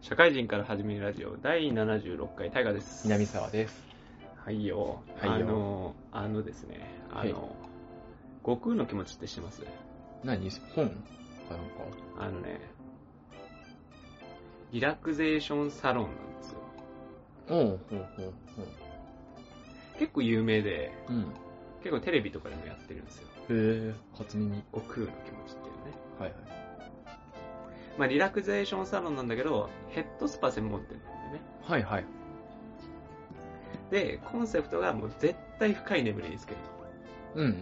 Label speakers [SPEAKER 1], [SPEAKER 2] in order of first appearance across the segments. [SPEAKER 1] 社会人から始めるラジオ第76回大河です
[SPEAKER 2] 南沢です。
[SPEAKER 1] はいよ
[SPEAKER 2] はいよ
[SPEAKER 1] あのあのですねあの、悟空の気持ちって知ってます
[SPEAKER 2] 何本かなんか。
[SPEAKER 1] あのねリラクゼーションサロンなんですよ
[SPEAKER 2] うん、うん、うん、
[SPEAKER 1] 結構有名で
[SPEAKER 2] うん。うん。へ
[SPEAKER 1] 結構テレビとかでもやってるんですよ
[SPEAKER 2] え、初耳。
[SPEAKER 1] 悟空の気持ちっていうね
[SPEAKER 2] はいはい。
[SPEAKER 1] まあリラクゼーションサロンなんだけどヘッドスパ専門店なんだよね
[SPEAKER 2] はいはい。
[SPEAKER 1] でコンセプトがもう絶対深い眠りにつけると
[SPEAKER 2] うんうん。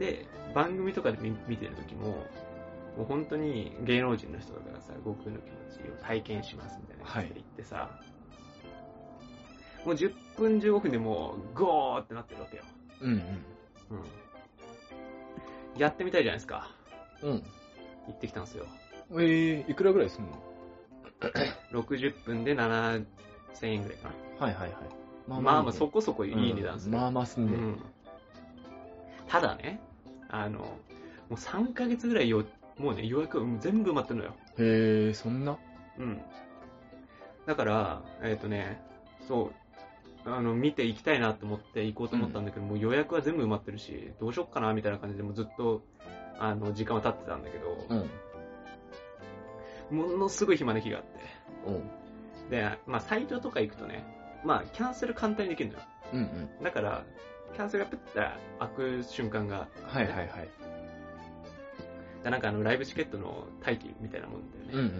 [SPEAKER 1] で番組とかで見見てる時ももう本当に芸能人の人とかがさ悟空の気持ちを体験しますみたいな
[SPEAKER 2] はい
[SPEAKER 1] やつで言ってさ、もう10分15分でもうゴーってなってるわけよ、
[SPEAKER 2] うん
[SPEAKER 1] うん、やってみたいじゃないですか
[SPEAKER 2] うん。
[SPEAKER 1] 行ってきたんですよ
[SPEAKER 2] うん。ええ、いくらぐらいすんの
[SPEAKER 1] 60分で7000円ぐらいか
[SPEAKER 2] はいはいはい。ま
[SPEAKER 1] なまあまあ
[SPEAKER 2] いいね
[SPEAKER 1] そこそこいい値段す
[SPEAKER 2] うん
[SPEAKER 1] る、
[SPEAKER 2] まあまあす
[SPEAKER 1] うん
[SPEAKER 2] ね。
[SPEAKER 1] ん、ただねあのもう3ヶ月ぐらいよもうね予約うん全部埋まってるのよ
[SPEAKER 2] へえ、そんな
[SPEAKER 1] うん。だから、えっ、とね、そう、あの、見ていきたいなと思って行こうと思ったんだけど、もう予約は全部埋まってるし、どうしよっかなみたいな感じで、もうずっと、あの、時間は経ってたんだけど、
[SPEAKER 2] ん。
[SPEAKER 1] ものすごい暇な日があっ
[SPEAKER 2] うん。
[SPEAKER 1] て。で、まあ、サイトとか行くとね、まあ、キャンセル簡単にできるのよ。
[SPEAKER 2] うんうん。
[SPEAKER 1] だから、キャンセルがプッて開く瞬間が、
[SPEAKER 2] はいはいはい。
[SPEAKER 1] でなんかあの、ライブチケットの待機みたいなもんだよね。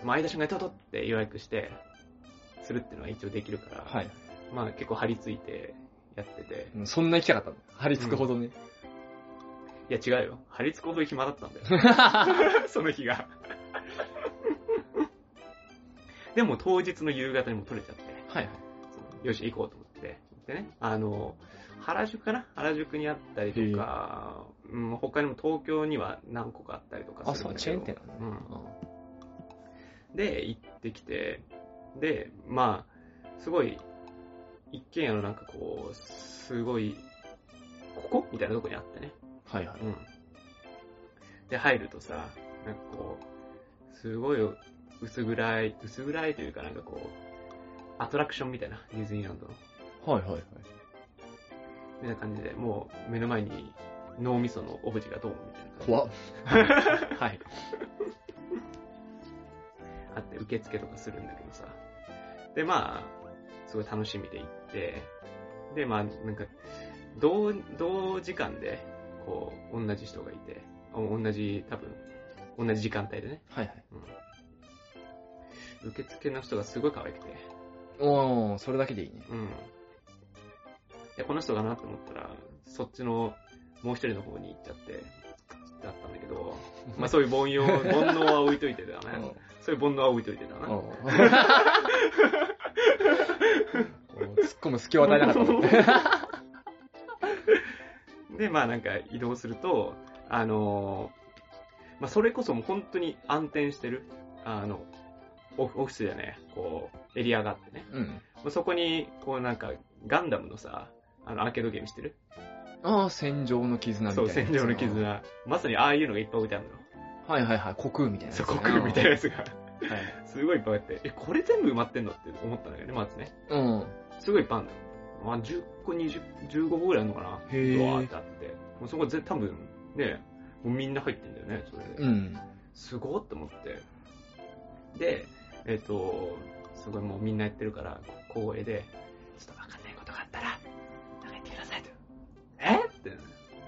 [SPEAKER 2] うん。
[SPEAKER 1] 前田さんがトトって予約して、するっていうのは一応できるから、
[SPEAKER 2] はい。
[SPEAKER 1] まあ結構張り付いてやってて、
[SPEAKER 2] うんそんな行きたかったの張り付くほどね。
[SPEAKER 1] いや違うよ。張り付くほど暇だったんだよ。 その日が。でも当日の夕方にもう取れちゃって、
[SPEAKER 2] はいはい。
[SPEAKER 1] よし行こうと思って。でね、あの、原宿かな原宿にあったりとか、うん、他にも東京には何個かあったりとか
[SPEAKER 2] あ、
[SPEAKER 1] す
[SPEAKER 2] そ
[SPEAKER 1] るん
[SPEAKER 2] う、
[SPEAKER 1] だ
[SPEAKER 2] チ
[SPEAKER 1] け
[SPEAKER 2] ェー
[SPEAKER 1] ど。
[SPEAKER 2] ン店なんだね。
[SPEAKER 1] うん。で、行ってきて、で、まあ、すごい、一軒家のなんかこう、すごい、ここみたいなとこにあってね。
[SPEAKER 2] はいはい。
[SPEAKER 1] うん。で、入るとさ、なんかこう、すごい薄暗い、薄暗いというかなんかこう、アトラクションみたいな、ディズニーランドの。
[SPEAKER 2] はいはいはい。
[SPEAKER 1] みたいな感じで、もう目の前に脳みそのオブジェがどうみたいな感じ
[SPEAKER 2] 怖っ。はい。
[SPEAKER 1] あって、受付とかするんだけどさ。で、まあ、すごい楽しみで行って、で、まあ、なんか、同、同時間で、こう、同じ人がいて、お同じ、多分、同じ時間帯でね、
[SPEAKER 2] はいはい。
[SPEAKER 1] うん受付の人がすごい可愛くて、
[SPEAKER 2] おー、それだけでいいね。
[SPEAKER 1] うん。で、この人かなと思ったら、そっちのもう一人の方に行っちゃって、だったんだけ ど、まあそういう凡庸、煩悩は置いといてだ
[SPEAKER 2] うん
[SPEAKER 1] ね。そういう煩悩は置いといてだ
[SPEAKER 2] うん
[SPEAKER 1] な。
[SPEAKER 2] こう突っ込む隙を与えなかったもんね。
[SPEAKER 1] で、まあなんか移動すると、あのーまあそれこそもう本当に暗転してる、あの、オフオフィスでね、こう、エリアがあってね。
[SPEAKER 2] うん。
[SPEAKER 1] まあそこに、こうなんか、ガンダムのさ、あの、アーケードゲームしてる
[SPEAKER 2] ああ、戦場の絆みた
[SPEAKER 1] そ、
[SPEAKER 2] いうな。
[SPEAKER 1] 戦場の。絆。まさにああいうのがいっぱい置いてあるのよ。
[SPEAKER 2] はいはいはい。国空みたいなやつ
[SPEAKER 1] そ
[SPEAKER 2] ね。
[SPEAKER 1] う、国空みたいなやつが。
[SPEAKER 2] な。はい。
[SPEAKER 1] すごいいっぱいあって、え、これ全部埋まってんのって思ったんだけどね、まずね。
[SPEAKER 2] うん。
[SPEAKER 1] すごいいっぱいあるのよ。まあ、10個、20、15個ぐらいあるのかな。
[SPEAKER 2] へ
[SPEAKER 1] うわーっ
[SPEAKER 2] え。
[SPEAKER 1] てあって。もうそこぜ、多分、ね、もうみんな入ってんだよね、それで。
[SPEAKER 2] うん。
[SPEAKER 1] すごーって思って。で、えっ、と、すごいもうみんなやってるから、こ光栄で、ちょっとわかんないことがあったら、なんか言ってくださいと。えって、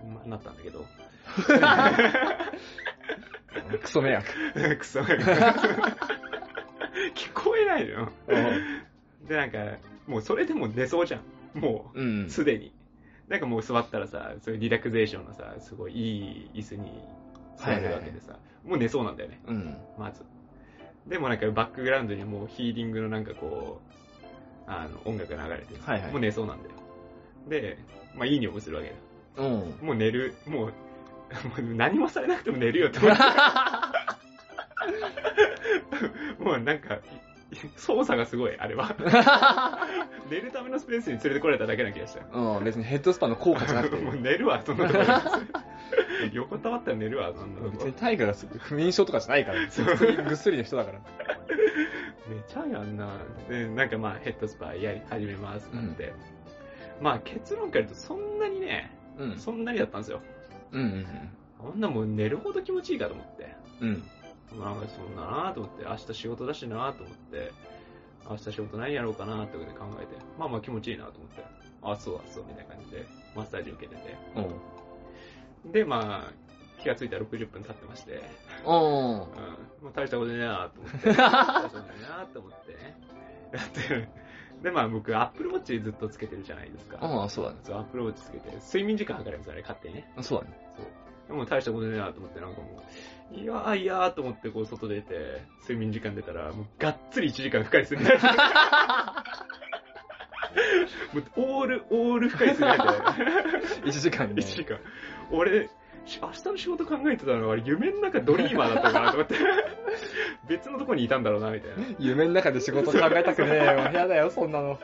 [SPEAKER 1] まあ、なったんだけど。
[SPEAKER 2] クソ迷惑。
[SPEAKER 1] クソ。聞こえないのよ。で、なんか、もうそれでも寝そうじゃん。も
[SPEAKER 2] うん
[SPEAKER 1] う、。すでに。なんかもう座ったらさ、そういうリラクゼーションのさ、すごいいい椅子に座れるわけでさ、もう寝そうなんだよね、
[SPEAKER 2] うん。
[SPEAKER 1] まず。でもなんかバックグラウンドにもうヒーリングのなんかこう、あの、音楽が流れて、
[SPEAKER 2] はいはい
[SPEAKER 1] もう寝そうなんだよ。で、まあいい匂いもするわけだよ。
[SPEAKER 2] うん。
[SPEAKER 1] もう寝る、もう、も う何もされなくても寝る よって思ってもうなんか、操作がすごい、あれ は。寝るためのスペースに連れてこられただけな気がした。
[SPEAKER 2] うん。別にヘッドスパの効果じゃなくて。
[SPEAKER 1] もう寝るわ、そんなところで横たわったら寝るわ、そんなの。
[SPEAKER 2] 別にタイガーがす不眠症とかじゃないから。
[SPEAKER 1] そう
[SPEAKER 2] 普通にぐっすりの人だから。
[SPEAKER 1] めちゃやんな。で、なんかまあ、ヘッドスパやり始めますなんて。まあ、結論から言うと、そんなにね、
[SPEAKER 2] うん。
[SPEAKER 1] そんなにだったんですよ。
[SPEAKER 2] うんうん
[SPEAKER 1] こんなもう寝るほど気持ちいいかと思って。
[SPEAKER 2] うん。うん。
[SPEAKER 1] まあ、そんななと思って、明日仕事だしなと思って、明日仕事何やろうかなってことで考えて、まあまあ気持ちいいなと思って、あ、そうあ、そう、みたいな感じで、マッサージ受けてて。
[SPEAKER 2] おう
[SPEAKER 1] で、まあ、気がついたら60分経ってまして、
[SPEAKER 2] おう
[SPEAKER 1] うん、もう大したことねえなと思って、大したことねえなと思ってね。だって、で、まあ僕、アップルウォッチずっとつけてるじゃないですか。
[SPEAKER 2] ああ、そうだね。
[SPEAKER 1] そう、アップルウォッチつけて、睡眠時間測るんですよ、あれ、買ってね。
[SPEAKER 2] そうだね。
[SPEAKER 1] でも大したことねえなと思って、なんかもう、いやーいやーと思ってこう外出て、睡眠時間出たら、もうがっつり1時間深い睡 眠。もうオール、オール深い睡眠だった よね。
[SPEAKER 2] 1時間
[SPEAKER 1] 1
[SPEAKER 2] ね。
[SPEAKER 1] 時間。俺、し明日の仕事考えてたのは、あれ夢の中ドリーマーだったかなと思って。 別のとこにいたんだろうな、みたいな。
[SPEAKER 2] 夢の中で仕事考えたくね えよ。やだよ、そんなの。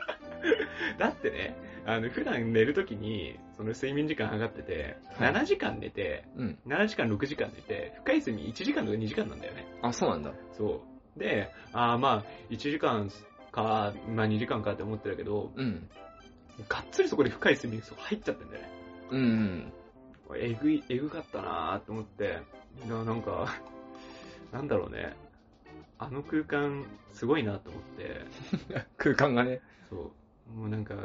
[SPEAKER 1] だってね、あの、普段寝るときに、その睡眠時間測ってて、
[SPEAKER 2] はい
[SPEAKER 1] 7時間寝て、
[SPEAKER 2] うん。
[SPEAKER 1] 7時間6時間寝て、深い睡眠1時間とか2時間なんだよね。
[SPEAKER 2] あ、そうなんだ。
[SPEAKER 1] そう。で、あーまあ、1時間か、まあ2時間かって思ってたけど、
[SPEAKER 2] うん。
[SPEAKER 1] がっつりそこで深い睡眠入っちゃってんだよね。
[SPEAKER 2] うんうん。
[SPEAKER 1] これえぐい、えぐかったなーって思って、ななんか、なんだろうね。あの空間、すごいなと思って、
[SPEAKER 2] 空間がね。
[SPEAKER 1] そう。もうなんか、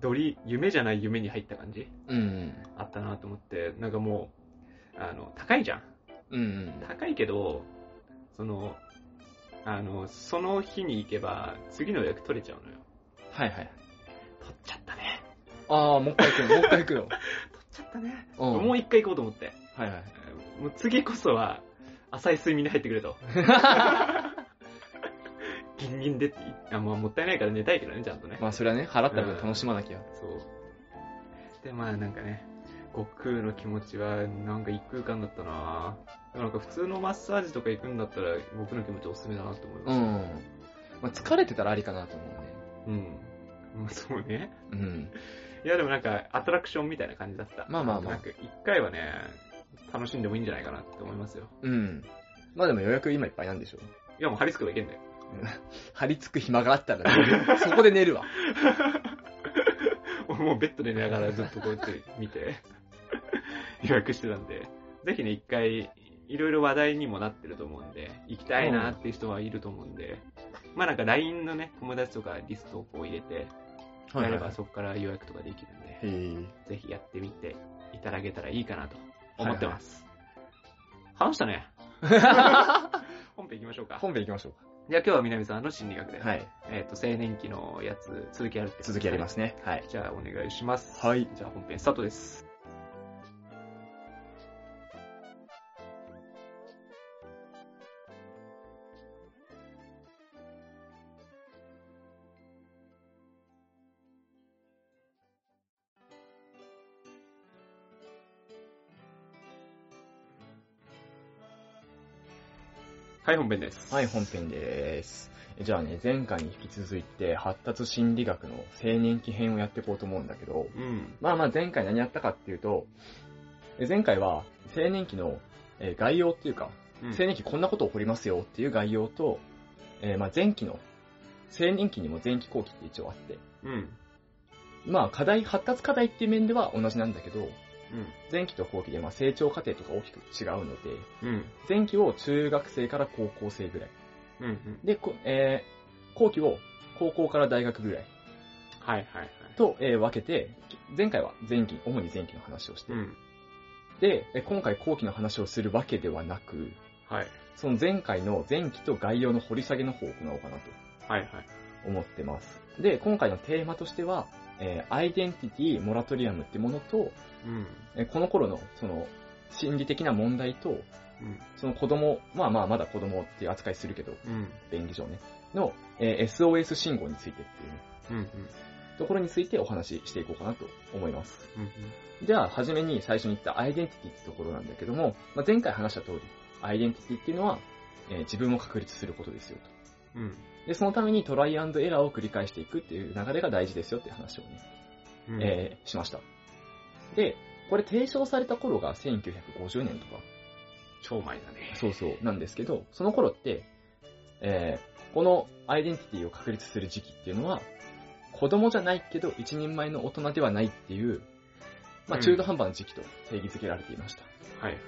[SPEAKER 1] ドリ、夢じゃない夢に入った感じ
[SPEAKER 2] うん。
[SPEAKER 1] あったなと思って、なんかもう、あの、高いじゃん。
[SPEAKER 2] うんうん。
[SPEAKER 1] 高いけど、その、あの、その日に行けば、次の予約取れちゃうのよ。
[SPEAKER 2] はいはい。
[SPEAKER 1] 取っちゃったね。
[SPEAKER 2] ああ、もう一回行くよ、もう一回行く よ。
[SPEAKER 1] 取っちゃったね。
[SPEAKER 2] うん。
[SPEAKER 1] もう一回行こうと思って。
[SPEAKER 2] はいはい。
[SPEAKER 1] もう次こそは、浅い睡眠に入ってくれ と。ギンギンでって、あまあ、もったいないから寝たいけどね、ちゃんとね。
[SPEAKER 2] まあ、それはね、払った分楽しまなきゃ。
[SPEAKER 1] そう。で、まあなんかね、悟空の気持ちは、なんか一空間だったなぁ。なんか普通のマッサージとか行くんだったら、僕の気持ちおすすめだなと思います。
[SPEAKER 2] うん。まあ、疲れてたらありかなと思うね。
[SPEAKER 1] うん。まあそうね。
[SPEAKER 2] うん。
[SPEAKER 1] いやでもなんか、アトラクションみたいな感じだった。
[SPEAKER 2] まあまあまあ
[SPEAKER 1] なんか一回はね、楽しんでもいいんじゃないかなって思いますよ。
[SPEAKER 2] うん。まあでも予約今いっぱいなんでしょ。
[SPEAKER 1] いやもう張り付けばいけんだよ。
[SPEAKER 2] 張り付く暇があったら寝 る、そこで寝るわ。
[SPEAKER 1] 俺もうベッドで寝ながらずっとこうやって見て、 予約してたんで、ぜひね、一回、いろいろ話題にもなってると思うんで、行きたいなっていう人はいると思うんで、まあなんか LINE のね、友達とかリストをこう入れて、やればそこから予約とかできるんで、
[SPEAKER 2] へー
[SPEAKER 1] ぜひやってみていただけたらいいかなと思ってます。話した ね。本編行きましょうか。
[SPEAKER 2] 本編行きましょう
[SPEAKER 1] じゃあ今日は南さんの心理学で、
[SPEAKER 2] か。はい。
[SPEAKER 1] えっ、と、青年期のやつ、続きあるってこと
[SPEAKER 2] 続きやりますね。はい。
[SPEAKER 1] じゃあお願いします。
[SPEAKER 2] はい。
[SPEAKER 1] じゃあ本編スタートです。はい、本編です。
[SPEAKER 2] はい、本編です。えじゃあね、前回に引き続いて、発達心理学の青年期編をやっていこうと思うんだけど、
[SPEAKER 1] うん。
[SPEAKER 2] まあまあ前回何やったかっていうと、え前回は青年期のえー概要っていうか、
[SPEAKER 1] うん。
[SPEAKER 2] 青年期こんなこと起こりますよっていう概要と、えーまあ前期の、青年期にも前期後期って一応あって、
[SPEAKER 1] うん。
[SPEAKER 2] まあ課題、発達課題っていう面では同じなんだけど、
[SPEAKER 1] うん。
[SPEAKER 2] 前期と後期でまあ成長過程とか大きく違うので、
[SPEAKER 1] うん。
[SPEAKER 2] 前期を中学生から高校生ぐらい。
[SPEAKER 1] うん。うん。
[SPEAKER 2] で、こえー後期を高校から大学ぐらい
[SPEAKER 1] はいはいはい。
[SPEAKER 2] と、えー分けて、前回は前期、主に前期の話をして、
[SPEAKER 1] うん。
[SPEAKER 2] で、え今回後期の話をするわけではなく、
[SPEAKER 1] はい。
[SPEAKER 2] その前回の前期と概要の掘り下げの方を行おうかなと
[SPEAKER 1] はいはい。
[SPEAKER 2] 思ってます。で、今回のテーマとしては、えーアイデンティティ、モラトリアムってものと、
[SPEAKER 1] うん。
[SPEAKER 2] えーこの頃の、その、心理的な問題と、
[SPEAKER 1] うん。
[SPEAKER 2] その子供、まあまあまだ子供っていう扱いするけど、
[SPEAKER 1] うん。
[SPEAKER 2] 便宜上ね、の、えー SOS 信号についてっていうね、
[SPEAKER 1] うん。うん。
[SPEAKER 2] ところについてお話ししていこうかなと思います。
[SPEAKER 1] うん。
[SPEAKER 2] じゃあ、はじめに最初に言ったアイデンティティってところなんだけども、まあ、前回話した通り、アイデンティティっていうのは、えー自分を確立することですよと。
[SPEAKER 1] うん。
[SPEAKER 2] で、そのためにトライアンドエラーを繰り返していくっていう流れが大事ですよっていう話をね、
[SPEAKER 1] うん。
[SPEAKER 2] えーしました。で、これ提唱された頃が1950年とか、
[SPEAKER 1] 超前だね。
[SPEAKER 2] そうそう、なんですけど、その頃って、えーこのアイデンティティを確立する時期っていうのは、子供じゃないけど一人前の大人ではないっていう、まあ
[SPEAKER 1] うん
[SPEAKER 2] 中途半端な時期と定義づけられていました。
[SPEAKER 1] はい。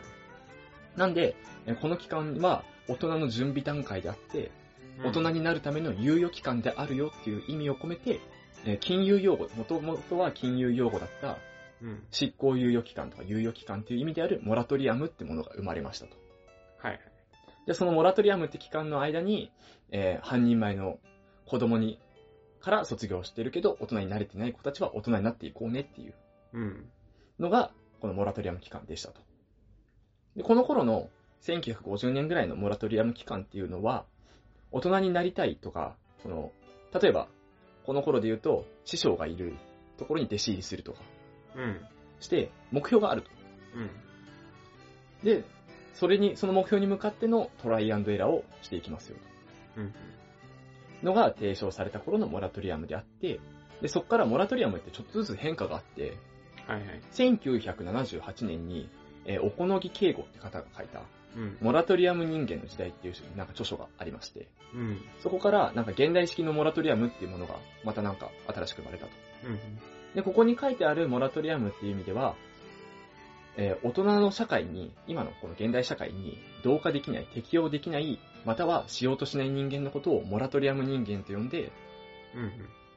[SPEAKER 2] なんで、えーこの期間は大人の準備段階であって、大人になるための猶予期間であるよっていう意味を込めて、えー金融用語、もともとは金融用語だった
[SPEAKER 1] うん。うん。
[SPEAKER 2] 執行猶予期間とか猶予期間っていう意味であるモラトリアムってものが生まれましたと。
[SPEAKER 1] はい。
[SPEAKER 2] で、そのモラトリアムって期間の間に、えー半人前の子供に、から卒業してるけど、大人に慣れてない子たちは大人になっていこうねっていう
[SPEAKER 1] うん。
[SPEAKER 2] のが、このモラトリアム期間でしたと。で、この頃の1950年ぐらいのモラトリアム期間っていうのは、大人になりたいとか、その、例えば、この頃で言うと、師匠がいるところに弟子入りするとか
[SPEAKER 1] うん。
[SPEAKER 2] して、目標があると。
[SPEAKER 1] うん。
[SPEAKER 2] で、それに、その目標に向かってのトライアンドエラーをしていきますよと。
[SPEAKER 1] うん。
[SPEAKER 2] のが提唱された頃のモラトリアムであって、で、そこからモラトリアムってちょっとずつ変化があって、
[SPEAKER 1] はいはい。
[SPEAKER 2] 1978年に、えー、おこのぎ敬吾って方が書いた、
[SPEAKER 1] うん。
[SPEAKER 2] モラトリアム人間の時代っていうなんか著書がありまして、
[SPEAKER 1] うん。
[SPEAKER 2] そこからなんか現代式のモラトリアムっていうものが、またなんか新しく生まれたと。
[SPEAKER 1] うん。
[SPEAKER 2] で、ここに書いてあるモラトリアムっていう意味では、えー大人の社会に、今のこの現代社会に同化できない、適応できない、またはしようとしない人間のことをモラトリアム人間と呼んで、
[SPEAKER 1] うん。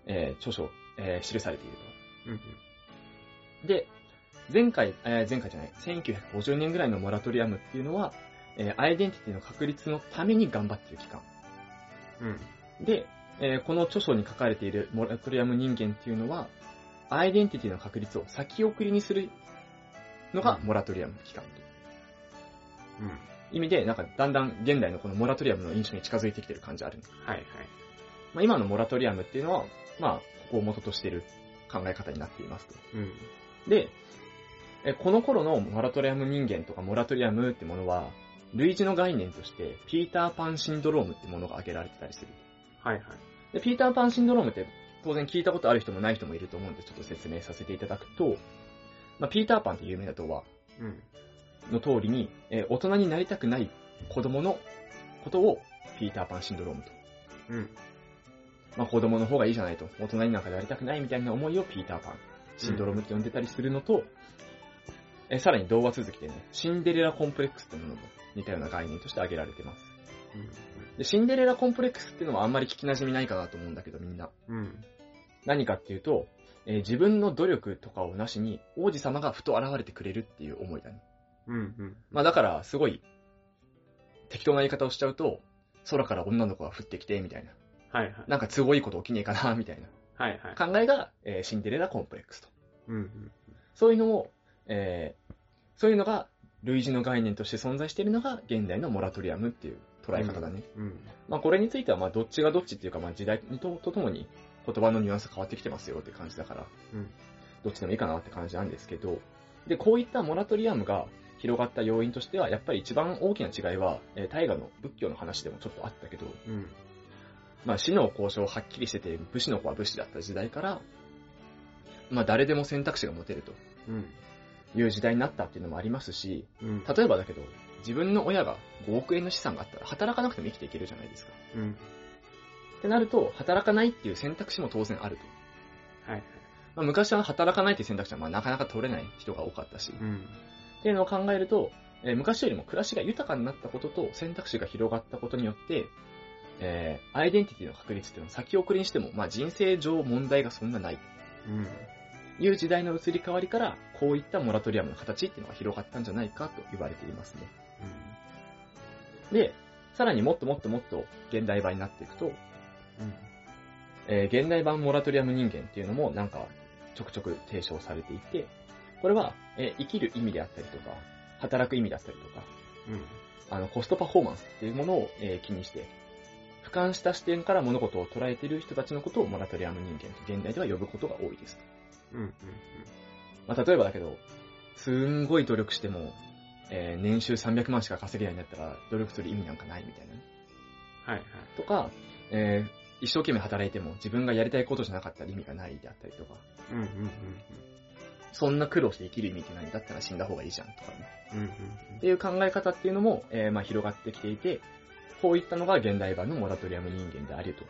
[SPEAKER 2] えー著書、えー記されている
[SPEAKER 1] うん。
[SPEAKER 2] と。で、前回、えー前回じゃない、1950年ぐらいのモラトリアムっていうのは、えーアイデンティティの確立のために頑張っている期間。
[SPEAKER 1] うん。
[SPEAKER 2] で、えーこの著書に書かれているモラトリアム人間っていうのは、アイデンティティの確立を先送りにするのがモラトリアム期間と
[SPEAKER 1] うん。
[SPEAKER 2] いう意味で、なんかだんだん現代のこのモラトリアムの印象に近づいてきてる感じあるね。
[SPEAKER 1] はいはい。
[SPEAKER 2] まあ、今のモラトリアムっていうのは、まあ、ここを元としてる考え方になっていますと。
[SPEAKER 1] うん。
[SPEAKER 2] で、えこの頃のモラトリアム人間とかモラトリアムってものは、類似の概念として、ピーターパンシンドロームってものが挙げられてたりする。
[SPEAKER 1] はいはい。
[SPEAKER 2] で、ピーターパンシンドロームって当然聞いたことある人もない人もいると思うんで、ちょっと説明させていただくと、まあ、ピーターパンって有名な童話
[SPEAKER 1] うん。
[SPEAKER 2] の通りに、えー大人になりたくない子供のことをピーターパンシンドロームと。
[SPEAKER 1] うん。
[SPEAKER 2] まあ、子供の方がいいじゃないと。大人になんかなりたくないみたいな思いをピーターパンシンドロームって呼んでたりするのと、えーさらに童話続きでね、シンデレラコンプレックスってものも似たような概念として挙げられてます。で、シンデレラコンプレックスっていうのはあんまり聞き馴染みないかなと思うんだけど、みんな。
[SPEAKER 1] うん。うん。
[SPEAKER 2] 何かっていうと、えー自分の努力とかをなしに王子様がふと現れてくれるっていう思いだね。
[SPEAKER 1] うん。うん。
[SPEAKER 2] まあだから、すごい、適当な言い方をしちゃうと、空から女の子が降ってきて、みたいな。
[SPEAKER 1] はいはい。
[SPEAKER 2] なんか都合いいこと起きねえかな、みたいな
[SPEAKER 1] はいはい。
[SPEAKER 2] 考えが、えーシンデレラコンプレックスと。
[SPEAKER 1] うん。
[SPEAKER 2] そういうのを、えーそういうのが類似の概念として存在しているのが現代のモラトリアムっていう捉え方だね。
[SPEAKER 1] うん。
[SPEAKER 2] まあこれについては、まあどっちがどっちっていうか、まあ時代ととともに言葉のニュアンス変わってきてますよって感じだから、
[SPEAKER 1] うん
[SPEAKER 2] どっちでもいいかなって感じなんですけど、で、こういったモラトリアムが広がった要因としては、やっぱり一番大きな違いは、えー大河の仏教の話でもちょっとあったけど、
[SPEAKER 1] うん。
[SPEAKER 2] まあ死の交渉はっきりしてて、武士の子は武士だった時代から、まあ誰でも選択肢が持てると
[SPEAKER 1] うん。
[SPEAKER 2] いう時代になったっていうのもありますし、
[SPEAKER 1] うん。
[SPEAKER 2] 例えばだけど、自分の親が5億円の資産があったら働かなくても生きていけるじゃないですか。
[SPEAKER 1] うん。
[SPEAKER 2] ってなると、働かないっていう選択肢も当然あると。
[SPEAKER 1] はいはい。
[SPEAKER 2] まあ、昔は働かないっていう選択肢はまあなかなか取れない人が多かったし、
[SPEAKER 1] う
[SPEAKER 2] っ
[SPEAKER 1] ん。
[SPEAKER 2] ていうのを考えると、えー昔よりも暮らしが豊かになったことと選択肢が広がったことによって、えーアイデンティティの確立っていうのを先送りにしても、まあ、人生上問題がそんなない
[SPEAKER 1] うん。
[SPEAKER 2] という時代の移り変わりから、こういったモラトリアムの形っていうのが広がったんじゃないかと言われていますね。で、さらにもっともっともっと現代版になっていくと、
[SPEAKER 1] うん。
[SPEAKER 2] えー現代版モラトリアム人間っていうのもなんかちょくちょく提唱されていて、これは、えー生きる意味であったりとか、働く意味だったりとか、
[SPEAKER 1] うん。
[SPEAKER 2] あの、コストパフォーマンスっていうものを、えー気にして、俯瞰した視点から物事を捉えている人たちのことをモラトリアム人間と現代では呼ぶことが多いです。
[SPEAKER 1] うん。うん。
[SPEAKER 2] まあ、例えばだけど、すんごい努力しても、えー年収300万しか稼げないんだったら、努力する意味なんかないみたいなね。
[SPEAKER 1] はいはい。
[SPEAKER 2] とか、えー一生懸命働いても自分がやりたいことじゃなかったら意味がないであったりとか、
[SPEAKER 1] うん。うん。うん。
[SPEAKER 2] そんな苦労して生きる意味って何だったら死んだ方がいいじゃんとかね。
[SPEAKER 1] うんうん
[SPEAKER 2] っていう考え方っていうのも、えーまあ広がってきていて、こういったのが現代版のモラトリアム人間であると。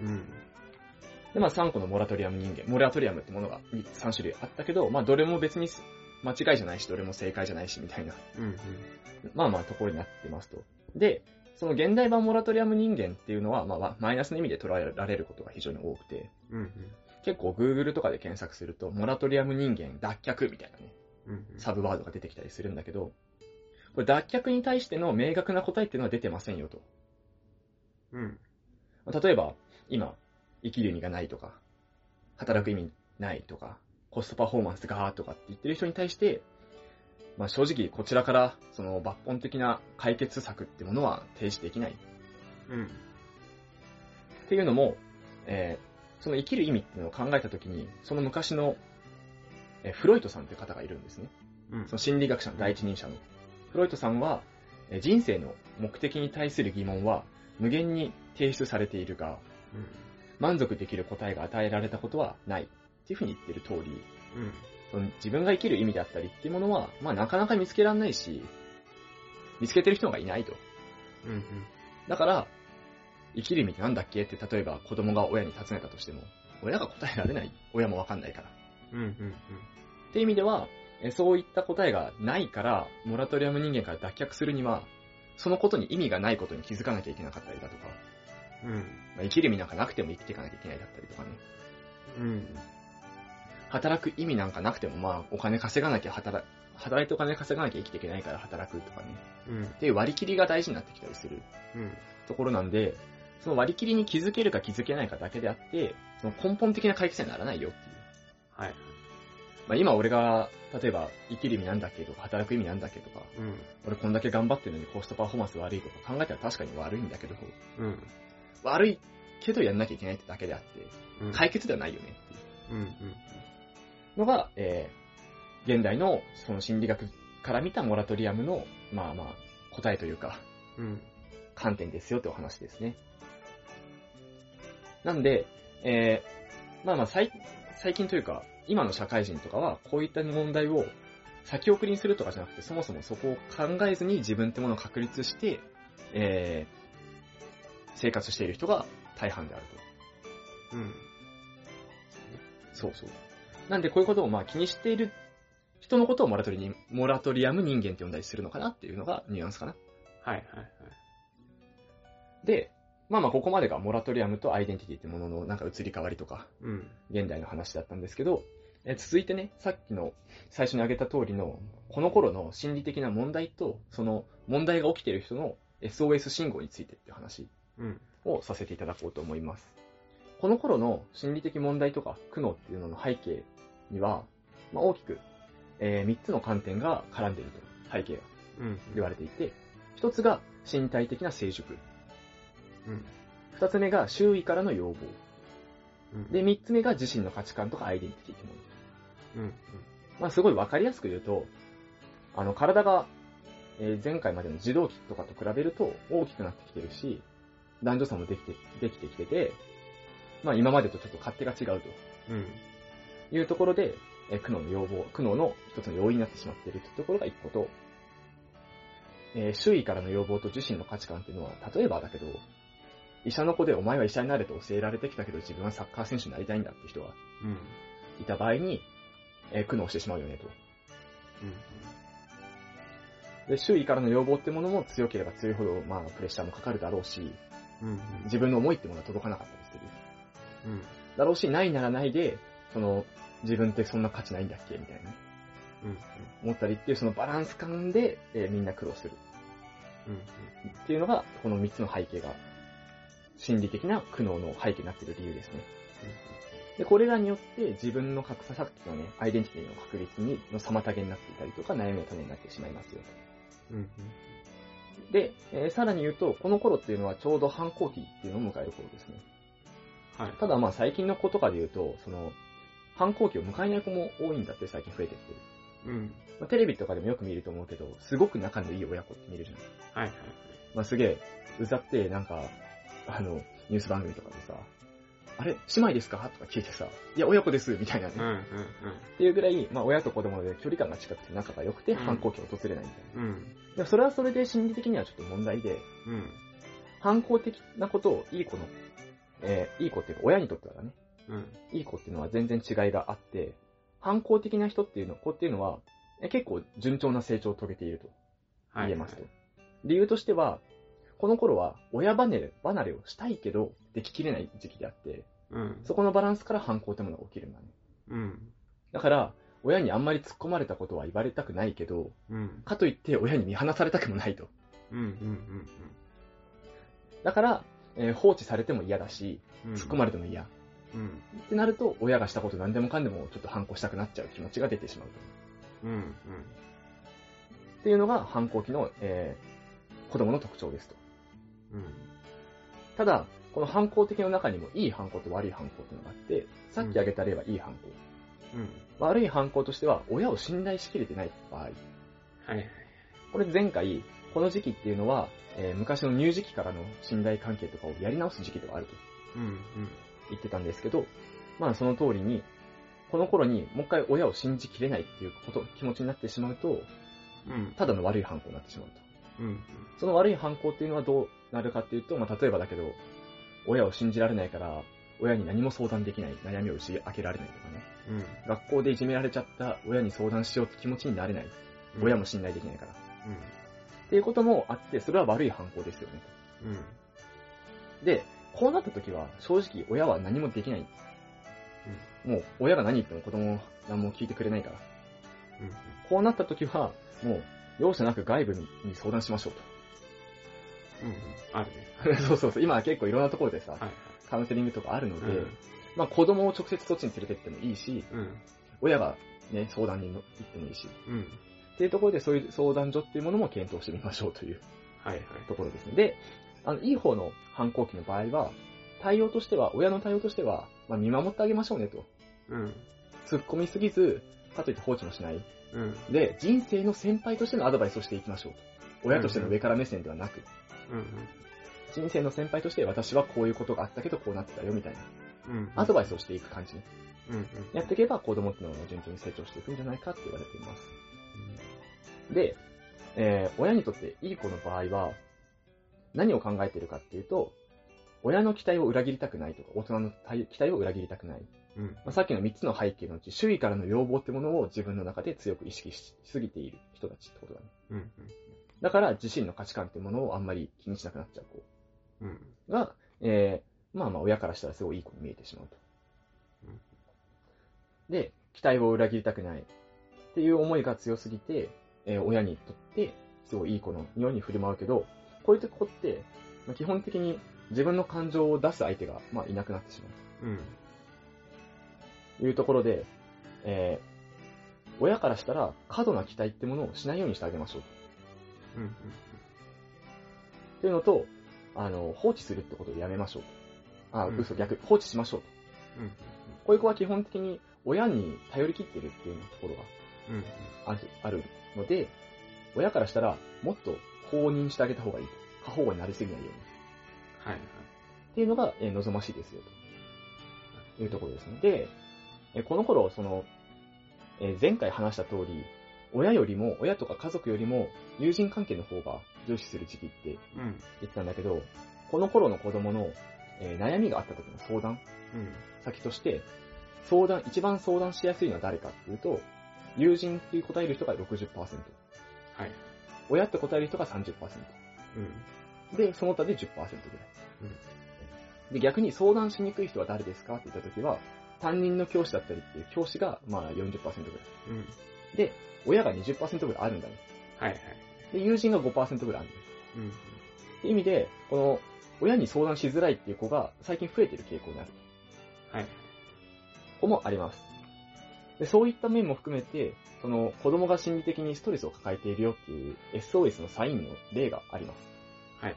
[SPEAKER 1] うん。うん。
[SPEAKER 2] で、まあ3個のモラトリアム人間、モラトリアムってものが3種類あったけど、まあどれも別にす間違いじゃないし、どれも正解じゃないし、みたいな、
[SPEAKER 1] うんうん。
[SPEAKER 2] まあまあところになってますと。で、その現代版モラトリアム人間っていうのは、まあまあマイナスの意味で捉えられることが非常に多くて、
[SPEAKER 1] うんうん。
[SPEAKER 2] 結構 Google とかで検索すると、モラトリアム人間脱却みたいなね、
[SPEAKER 1] うんうん。
[SPEAKER 2] サブワードが出てきたりするんだけど、これ脱却に対しての明確な答えっていうのは出てませんよと。
[SPEAKER 1] うん。
[SPEAKER 2] 例えば、今、生きる意味がないとか、働く意味ないとか、コストパフォーマンスがーとかって言ってる人に対して、まあ正直こちらからその抜本的な解決策ってものは提示できないっ
[SPEAKER 1] うん。
[SPEAKER 2] ていうのも、えーその生きる意味っていうのを考えたときに、その昔の、えーフロイトさんという方がいるんですね。
[SPEAKER 1] うん
[SPEAKER 2] その心理学者の第一人者の。フロイトさんは、えー人生の目的に対する疑問は無限に提出されているが、満足できる答えが与えられたことはない。っていうふうに言ってる通り、
[SPEAKER 1] うん。
[SPEAKER 2] その自分が生きる意味であったりっていうものは、まあなかなか見つけられないし、見つけてる人がいないと。
[SPEAKER 1] うん。
[SPEAKER 2] だから、生きる意味ってなんだっけって例えば子供が親に尋ねたとしても、親が答えられない。親もわかんないから。
[SPEAKER 1] うん。うん。うん。
[SPEAKER 2] って意味では、えそういった答えがないから、モラトリアム人間から脱却するには、そのことに意味がないことに気づかなきゃいけなかったりだとか、
[SPEAKER 1] うん。
[SPEAKER 2] まあ、生きる意味なんかなくても生きていかなきゃいけないだったりとかね。
[SPEAKER 1] うん。
[SPEAKER 2] 働く意味なんかなくても、まあ、お金稼がなきゃ働、働いてお金稼がなきゃ生きていけないから働くとかね。
[SPEAKER 1] うん。
[SPEAKER 2] っていう割り切りが大事になってきたりする
[SPEAKER 1] うん。
[SPEAKER 2] ところなんで、その割り切りに気づけるか気づけないかだけであって、その根本的な解決にはならないよっていう。
[SPEAKER 1] はい。
[SPEAKER 2] まあ今俺が、例えば、生きる意味なんだっけとか、働く意味なんだっけとか、
[SPEAKER 1] うん。
[SPEAKER 2] 俺こんだけ頑張ってるのにコストパフォーマンス悪いとか考えたら確かに悪いんだけど、
[SPEAKER 1] うん。
[SPEAKER 2] 悪いけどやんなきゃいけないってだけであって、
[SPEAKER 1] うん。
[SPEAKER 2] 解決ではないよねっていう。
[SPEAKER 1] うん。うん。
[SPEAKER 2] のが、えー、現代のその心理学から見たモラトリアムの、まあまあ、答えというか、
[SPEAKER 1] うん。
[SPEAKER 2] 観点ですよってお話ですね。なんで、えー、まあまあ最、最近というか、今の社会人とかは、こういった問題を先送りにするとかじゃなくて、そもそもそこを考えずに自分ってものを確立して、えー、生活している人が大半であると。
[SPEAKER 1] うん。
[SPEAKER 2] そうそう。なんでこういうことをまあ気にしている人のことをモラトリにモラトリアム人間って呼んだりするのかなっていうのがニュアンスかな。
[SPEAKER 1] はいはいはい。
[SPEAKER 2] で、まあまあここまでがモラトリアムとアイデンティティってもののなんか移り変わりとか、
[SPEAKER 1] うん。
[SPEAKER 2] 現代の話だったんですけど、え続いてね、さっきの最初に挙げた通りの、この頃の心理的な問題と、その問題が起きている人の SOS 信号についてっていう話
[SPEAKER 1] うん。
[SPEAKER 2] をさせていただこうと思います。この頃の心理的問題とか苦悩っていうのの背景には、まあ、大きく、え3つの観点が絡んでいると、背景が
[SPEAKER 1] うん。
[SPEAKER 2] 言われていて、1つが身体的な成熟、
[SPEAKER 1] うん。
[SPEAKER 2] 2つ目が周囲からの要望、
[SPEAKER 1] うん。
[SPEAKER 2] で、3つ目が自身の価値観とかアイデンティティってもの。
[SPEAKER 1] うん。
[SPEAKER 2] まあ、すごいわかりやすく言うと、あの、体が、えー前回までの自動機とかと比べると大きくなってきてるし、男女差もできて、できてきてて、まあ今までとちょっと勝手が違うと
[SPEAKER 1] うん。うん。
[SPEAKER 2] いうところで、えー苦悩の要望、苦悩の一つの要因になってしまっているというところが一個と、えー周囲からの要望と自身の価値観っていうのは、例えばだけど、医者の子でお前は医者になれと教えられてきたけど自分はサッカー選手になりたいんだって人が
[SPEAKER 1] うん。
[SPEAKER 2] いた場合に、えー苦悩してしまうよねと。で、周囲からの要望ってものも強ければ強いほど、まあ、プレッシャーもかかるだろうし、
[SPEAKER 1] うん。うん。
[SPEAKER 2] 自分の思いってものは届かなかったりする。
[SPEAKER 1] うん。
[SPEAKER 2] だろうし、ないならないで、その、自分ってそんな価値ないんだっけみたいな。
[SPEAKER 1] うん。
[SPEAKER 2] 思ったりっていう、そのバランス感で、えーみんな苦労する。
[SPEAKER 1] うん。
[SPEAKER 2] っていうのが、この3つの背景が、心理的な苦悩の背景になっている理由ですね。で、これらによって、自分の格差さっきのね、アイデンティティの確立に、の妨げになっていたりとか、悩みの種になってしまいますよ。
[SPEAKER 1] うん。
[SPEAKER 2] で、えーさらに言うと、この頃っていうのはちょうど反抗期っていうのを迎える頃ですね。
[SPEAKER 1] はい。
[SPEAKER 2] ただまあ最近の子とかで言うと、その、反抗期を迎えない子も多いんだって最近増えてきてる。
[SPEAKER 1] うん。
[SPEAKER 2] まあ、テレビとかでもよく見ると思うけど、すごく仲のいい親子って見るじゃん。
[SPEAKER 1] はいはい。
[SPEAKER 2] まあすげえ、うざってなんか、あの、ニュース番組とかでさ、あれ姉妹ですかとか聞いてさ、いや、親子です、みたいなね。
[SPEAKER 1] うん
[SPEAKER 2] っ
[SPEAKER 1] うん
[SPEAKER 2] ていうぐらい、まあ、親と子供で距離感が近くて仲が良くて、
[SPEAKER 1] うん
[SPEAKER 2] 反抗期を訪れないみたい
[SPEAKER 1] うん。うん。
[SPEAKER 2] な。でも、それはそれで心理的にはちょっと問題で、
[SPEAKER 1] うん。
[SPEAKER 2] 反抗的なことをいい子の、えーいい子っていうか、親にとってはね、
[SPEAKER 1] うん。
[SPEAKER 2] いい子っていうのは全然違いがあって、反抗的な人っていうの、子っていうのは、え結構順調な成長を遂げていると
[SPEAKER 1] はい。
[SPEAKER 2] 言えますと。理由としては、この頃は親離れ、離れをしたいけど、でききれない時期であって、
[SPEAKER 1] うん。
[SPEAKER 2] そこのバランスから反抗ってものが起きるんだね。
[SPEAKER 1] うん。
[SPEAKER 2] だから、親にあんまり突っ込まれたことは言われたくないけど、
[SPEAKER 1] うん。
[SPEAKER 2] かといって親に見放されたくもないと。
[SPEAKER 1] うん。うん。
[SPEAKER 2] だから、えー放置されても嫌だし、
[SPEAKER 1] うん。
[SPEAKER 2] 突っ込まれても嫌。っ
[SPEAKER 1] うん。
[SPEAKER 2] てなると、親がしたこと何でもかんでもちょっと反抗したくなっちゃう気持ちが出てしまうと。
[SPEAKER 1] うん。うん。
[SPEAKER 2] っていうのが反抗期の、えー子供の特徴ですと。
[SPEAKER 1] うん。
[SPEAKER 2] ただ、この反抗的の中にもいい反抗と悪い反抗っていうのがあって、さっき挙げた例はいい反抗。
[SPEAKER 1] うん。
[SPEAKER 2] 悪い反抗としては、親を信頼しきれてない場合。
[SPEAKER 1] はいはい。
[SPEAKER 2] これ前回、この時期っていうのは、えー昔の乳児期からの信頼関係とかをやり直す時期ではあると
[SPEAKER 1] うん。
[SPEAKER 2] 言ってたんですけど、まあその通りに、この頃にもう一回親を信じきれないっていうこと、気持ちになってしまうと、
[SPEAKER 1] うん。うん。
[SPEAKER 2] ただの悪い反抗になってしまうと。
[SPEAKER 1] うん。
[SPEAKER 2] その悪い反抗っていうのはどうなるかっていうと、まあ、例えばだけど、親を信じられないから、親に何も相談できない、悩みを打ち明けられないとかね。
[SPEAKER 1] うん。
[SPEAKER 2] 学校でいじめられちゃった親に相談しようって気持ちになれない。親も信頼できないから。っていうこともあって、それは悪い反抗ですよね。
[SPEAKER 1] うん。うん。
[SPEAKER 2] で、こうなった時は、正直親は何もできない。もう、親が何言っても子供は何も聞いてくれないから。こうなった時は、もう、容赦なく外部にに相談しましょう
[SPEAKER 1] うん。うん。あるね。
[SPEAKER 2] と。 そうそうそう。今は結構いろんなところでさ、
[SPEAKER 1] はい。
[SPEAKER 2] カウンセリングとかあるの
[SPEAKER 1] う
[SPEAKER 2] で、
[SPEAKER 1] ん。
[SPEAKER 2] まあ子供を直接そっちに連れてってもいいし、
[SPEAKER 1] うん。
[SPEAKER 2] 親がね、相談にの行ってもいいし。
[SPEAKER 1] うん。
[SPEAKER 2] っていうところでそういう相談所っていうものも検討してみましょうという
[SPEAKER 1] はいはい。
[SPEAKER 2] ところですね。で、あの、いい方の反抗期の場合は、対応としては、親の対応としては、まあ見守ってあげましょうねと。
[SPEAKER 1] うん。
[SPEAKER 2] 突っ込みすぎず、かといって放置もしない。
[SPEAKER 1] うん。
[SPEAKER 2] で、人生の先輩としてのアドバイスをしていきましょう。親としての上から目線ではなく、
[SPEAKER 1] うん。
[SPEAKER 2] 人生の先輩として私はこういうことがあったけどこうなってたよみたいな
[SPEAKER 1] うん。
[SPEAKER 2] アドバイスをしていく感じ
[SPEAKER 1] うん。うん。
[SPEAKER 2] やっていけば子供ってのは順調に成長していくんじゃないかって言われています。で、えー、親にとっていい子の場合は、何を考えてるかっていうと、親の期待を裏切りたくないとか、大人の期待を裏切りたくない。
[SPEAKER 1] うん。
[SPEAKER 2] まあ、さっきの3つの背景のうち、周囲からの要望ってものを自分の中で強く意識しすぎている人たちってことだね。
[SPEAKER 1] うん。
[SPEAKER 2] だから自身の価値観ってものをあんまり気にしなくなっちゃう
[SPEAKER 1] うん。うん。
[SPEAKER 2] 子が、えー、まあまあ親からしたらすごいいい子に見えてしまうと
[SPEAKER 1] うん。
[SPEAKER 2] で、期待を裏切りたくないっていう思いが強すぎて、えー親にとってすごいいい子のように振る舞うけど、こういうとこって、まあ基本的に自分の感情を出す相手が、まあ、いなくなってしまう
[SPEAKER 1] うん。
[SPEAKER 2] というところで、えー親からしたら過度な期待ってものをしないようにしてあげましょう
[SPEAKER 1] うん。
[SPEAKER 2] というのと、あの、放置するってことをやめましょうと。あ、
[SPEAKER 1] うん
[SPEAKER 2] 嘘、逆、放置しましょうと。
[SPEAKER 1] うん。
[SPEAKER 2] こういう子は基本的に親に頼り切ってるっていうところ
[SPEAKER 1] うん。
[SPEAKER 2] があるあるので、親からしたらもっと公認してあげた方がいい。過保護になりすぎないように。
[SPEAKER 1] はいはい。
[SPEAKER 2] っていうのが、えー望ましいですよ、というところですね。で、えーこの頃、その、えー前回話した通り、親よりも、親とか家族よりも、友人関係の方が重視する時期って
[SPEAKER 1] うん。
[SPEAKER 2] 言ったんだけど、この頃の子供の、えー悩みがあった時の相談
[SPEAKER 1] うん。
[SPEAKER 2] 先として、相談、一番相談しやすいのは誰かっていうと、友人っていう答える人が60%、
[SPEAKER 1] はい。
[SPEAKER 2] 親って答える人が30%、
[SPEAKER 1] うん。
[SPEAKER 2] で、その他で10%ぐらい。で、逆に相談しにくい人は誰ですかって言った時は、担任の教師だったりっていう教師が、まあ40%ぐらい。
[SPEAKER 1] うん。
[SPEAKER 2] で、親が20%ぐらいあるんだね。
[SPEAKER 1] はいはい。
[SPEAKER 2] で、友人が5%ぐらいあるんだよ。
[SPEAKER 1] うん。
[SPEAKER 2] って意味で、この、親に相談しづらいっていう子が最近増えてる傾向にある
[SPEAKER 1] はい。
[SPEAKER 2] 子もあります。で、そういった面も含めて、その、子供が心理的にストレスを抱えているよっていう SOS のサインの例があります。
[SPEAKER 1] はい。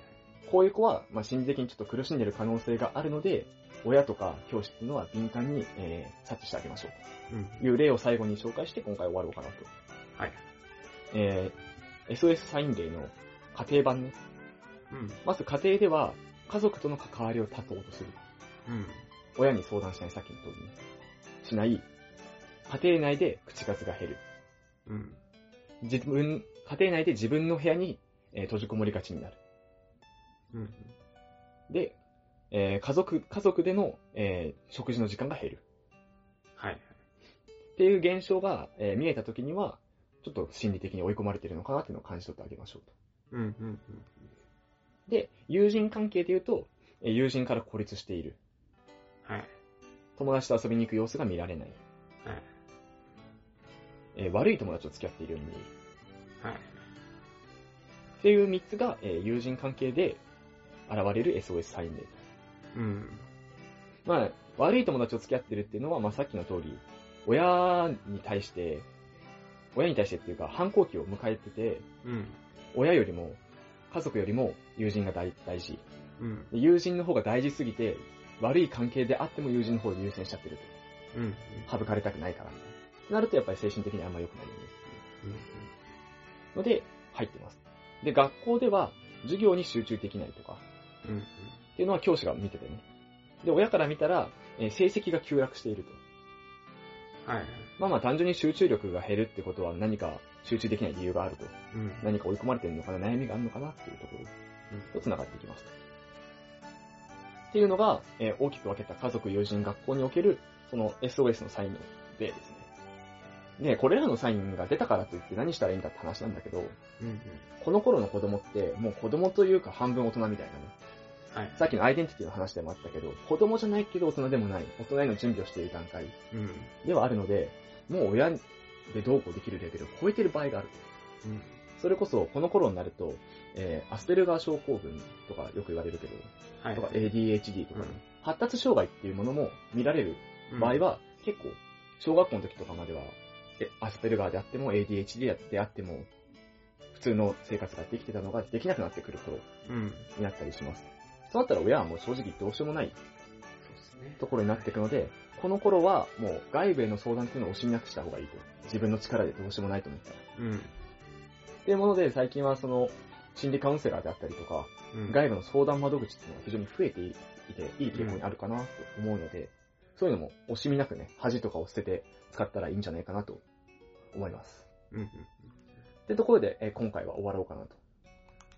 [SPEAKER 2] こういう子は、まあ、心理的にちょっと苦しんでる可能性があるので、親とか教師っていうのは敏感に、えー、察知してあげましょう。
[SPEAKER 1] うん。
[SPEAKER 2] という例を最後に紹介して今回終わろうかなと。
[SPEAKER 1] はい。
[SPEAKER 2] えー、SOS サイン例の家庭版ね。
[SPEAKER 1] うん。
[SPEAKER 2] まず家庭では、家族との関わりを断とうとする。
[SPEAKER 1] うん。
[SPEAKER 2] 親に相談しない、さっきの通りね。しない、家庭内で口数が減る。
[SPEAKER 1] うん。
[SPEAKER 2] 自分、家庭内で自分の部屋に、えー閉じこもりがちになる。
[SPEAKER 1] うん。
[SPEAKER 2] で、えー家族、家族での、えー食事の時間が減る。
[SPEAKER 1] はい。
[SPEAKER 2] っていう現象が、えー見えた時には、ちょっと心理的に追い込まれてるのかなっていうのを感じ取ってあげましょうと。
[SPEAKER 1] うん、うん、
[SPEAKER 2] で、友人関係で言うと、えー友人から孤立している。
[SPEAKER 1] うん。はい。
[SPEAKER 2] 友達と遊びに行く様子が見られない。
[SPEAKER 1] はい。
[SPEAKER 2] えー悪い友達と付き合っているように見える。
[SPEAKER 1] はい。
[SPEAKER 2] っていう3つが、えー友人関係で現れる SOS サインで。
[SPEAKER 1] うん。
[SPEAKER 2] まあ、悪い友達と付き合ってるっていうのは、まあさっきの通り、親に対して、親に対してっていうか、反抗期を迎えてて、
[SPEAKER 1] うん。
[SPEAKER 2] 親よりも、家族よりも友人が大大事。
[SPEAKER 1] うん。
[SPEAKER 2] で友人の方が大事すぎて、悪い関係であっても友人の方を優先しちゃってると。
[SPEAKER 1] うん。
[SPEAKER 2] 省かれたくないから。なるとやっぱり精神的にあんま良くないよねので、入ってます。で、学校では、授業に集中できないとか、
[SPEAKER 1] うん。うん。
[SPEAKER 2] っていうのは教師が見ててね。で、親から見たら、えー成績が急落していると。
[SPEAKER 1] はい。
[SPEAKER 2] まあまあ単純に集中力が減るってことは何か集中できない理由があると。
[SPEAKER 1] うん。
[SPEAKER 2] 何か追い込まれてるのかな、悩みがあるのかなっていうところと繋がってきますと。っていうのが、えー大きく分けた家族、友人、学校における、その SOS のサインの例ですね。で、これらのサインが出たからといって何したらいいんだって話なんだけど、
[SPEAKER 1] うん。うん。
[SPEAKER 2] この頃の子供って、もう子供というか半分大人みたいなね。
[SPEAKER 1] はい。
[SPEAKER 2] さっきのアイデンティティの話でもあったけど、子供じゃないけど大人でもない、大人への準備をしている段階
[SPEAKER 1] うん。うん。
[SPEAKER 2] ではあるので、もう親でどうこうできるレベルを超えてる場合がある。それこそ、この頃になると、えーアスペルガー症候群とかよく言われるけど、
[SPEAKER 1] はい。
[SPEAKER 2] とか ADHD とかね、
[SPEAKER 1] うん
[SPEAKER 2] 発達障害っていうものも見られる場合は、結構、小学校の時とかまでは、えアスペルガーであっても ADHD であっても、普通の生活ができてたのができなくなってくる頃
[SPEAKER 1] うん。
[SPEAKER 2] になったりします。そうなったら親はもう正直どうしようもない
[SPEAKER 1] そうですね。
[SPEAKER 2] ところになっていくので、この頃はもう外部への相談っていうのを惜しみなくした方がいいと。自分の力でどうしようもないと思ったら。
[SPEAKER 1] うん。
[SPEAKER 2] っていうもので、最近はその、心理カウンセラーであったりとか、
[SPEAKER 1] うん。
[SPEAKER 2] 外部の相談窓口っていうのが非常に増えていて、いい傾向にあるかなと思うので、そういうのも惜しみなくね、恥とかを捨てて使ったらいいんじゃないかなと思います。
[SPEAKER 1] うん。うん。
[SPEAKER 2] ってところで、えー今回は終わろうかなと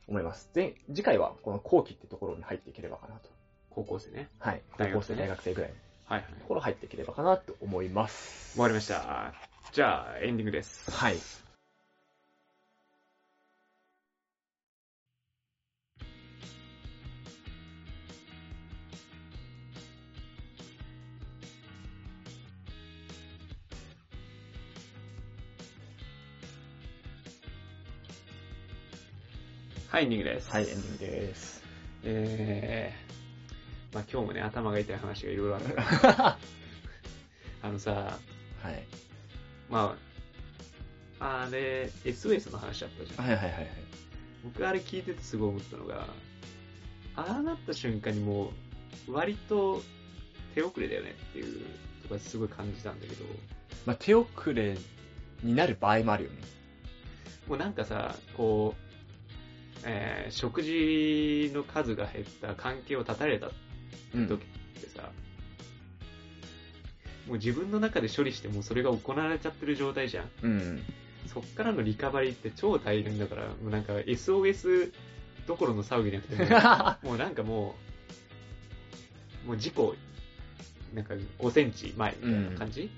[SPEAKER 2] 思います。で、次回はこの後期ってところに入っていければかなと。
[SPEAKER 1] 高校生ね。
[SPEAKER 2] はい。
[SPEAKER 1] 大
[SPEAKER 2] 高
[SPEAKER 1] 学ね
[SPEAKER 2] 校生、大学生ぐらいの
[SPEAKER 1] はいはい。
[SPEAKER 2] ところ入っていければかなと思います。
[SPEAKER 1] 終わりました。じゃあ、エンディングです。
[SPEAKER 2] はい。
[SPEAKER 1] はい、エンディングです。
[SPEAKER 2] はい、エンディングです。
[SPEAKER 1] えー、まあ今日もね、頭が痛い話がいろいろあったからあのさ、
[SPEAKER 2] はい。
[SPEAKER 1] まあ、あれ、SOS の話あったじゃん。
[SPEAKER 2] はいはいはいはい。
[SPEAKER 1] 僕あれ聞いててすごい思ったのが、ああなった瞬間にもう、割と手遅れだよねっていうとかすごい感じたんだけど、
[SPEAKER 2] まあ、手遅れになる場合もあるよね。
[SPEAKER 1] もうなんかさ、こう、えー食事の数が減った関係を断たれたっ
[SPEAKER 2] うん
[SPEAKER 1] 時ってさ、もう自分の中で処理してもうそれが行われちゃってる状態じゃん。
[SPEAKER 2] うん。
[SPEAKER 1] そっからのリカバリーって超大変だから、もうなんか SOS どころの騒ぎじゃなく ても、もうなんかもう、もう事故、なんか5センチ前みたいな感じ、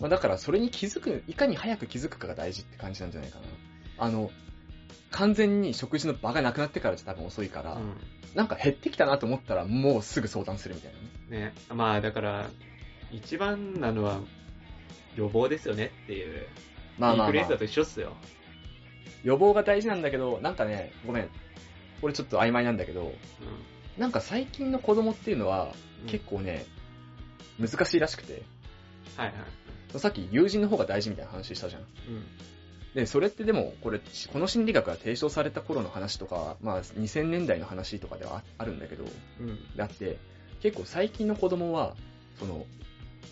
[SPEAKER 2] まあ、だからそれに気づく、いかに早く気づくかが大事って感じなんじゃないかな。あの、完全に食事の場がなくなってからじゃ多分遅いから、なんか減ってきたなと思ったらもうすぐ相談するみたいなね。
[SPEAKER 1] うん。ね。まあだから、一番なのは予防ですよねっていう。
[SPEAKER 2] まあま
[SPEAKER 1] イ
[SPEAKER 2] あ、
[SPEAKER 1] ンフルエン
[SPEAKER 2] ま
[SPEAKER 1] ザ
[SPEAKER 2] あ、
[SPEAKER 1] と一緒っすよ。
[SPEAKER 2] 予防が大事なんだけど、なんかね、ごめん。俺ちょっと曖昧なんだけど、
[SPEAKER 1] う
[SPEAKER 2] なんか最近の子供っていうのは
[SPEAKER 1] ん。
[SPEAKER 2] 結構ね、難しいらしくて、
[SPEAKER 1] はいはい。
[SPEAKER 2] さっき友人の方が大事みたいな話したじゃん。
[SPEAKER 1] うん。
[SPEAKER 2] で、それってでも、これ、この心理学が提唱された頃の話とか、まあ、2000年代の話とかではああるんだけど、
[SPEAKER 1] うん。
[SPEAKER 2] だって、結構最近の子供は、その、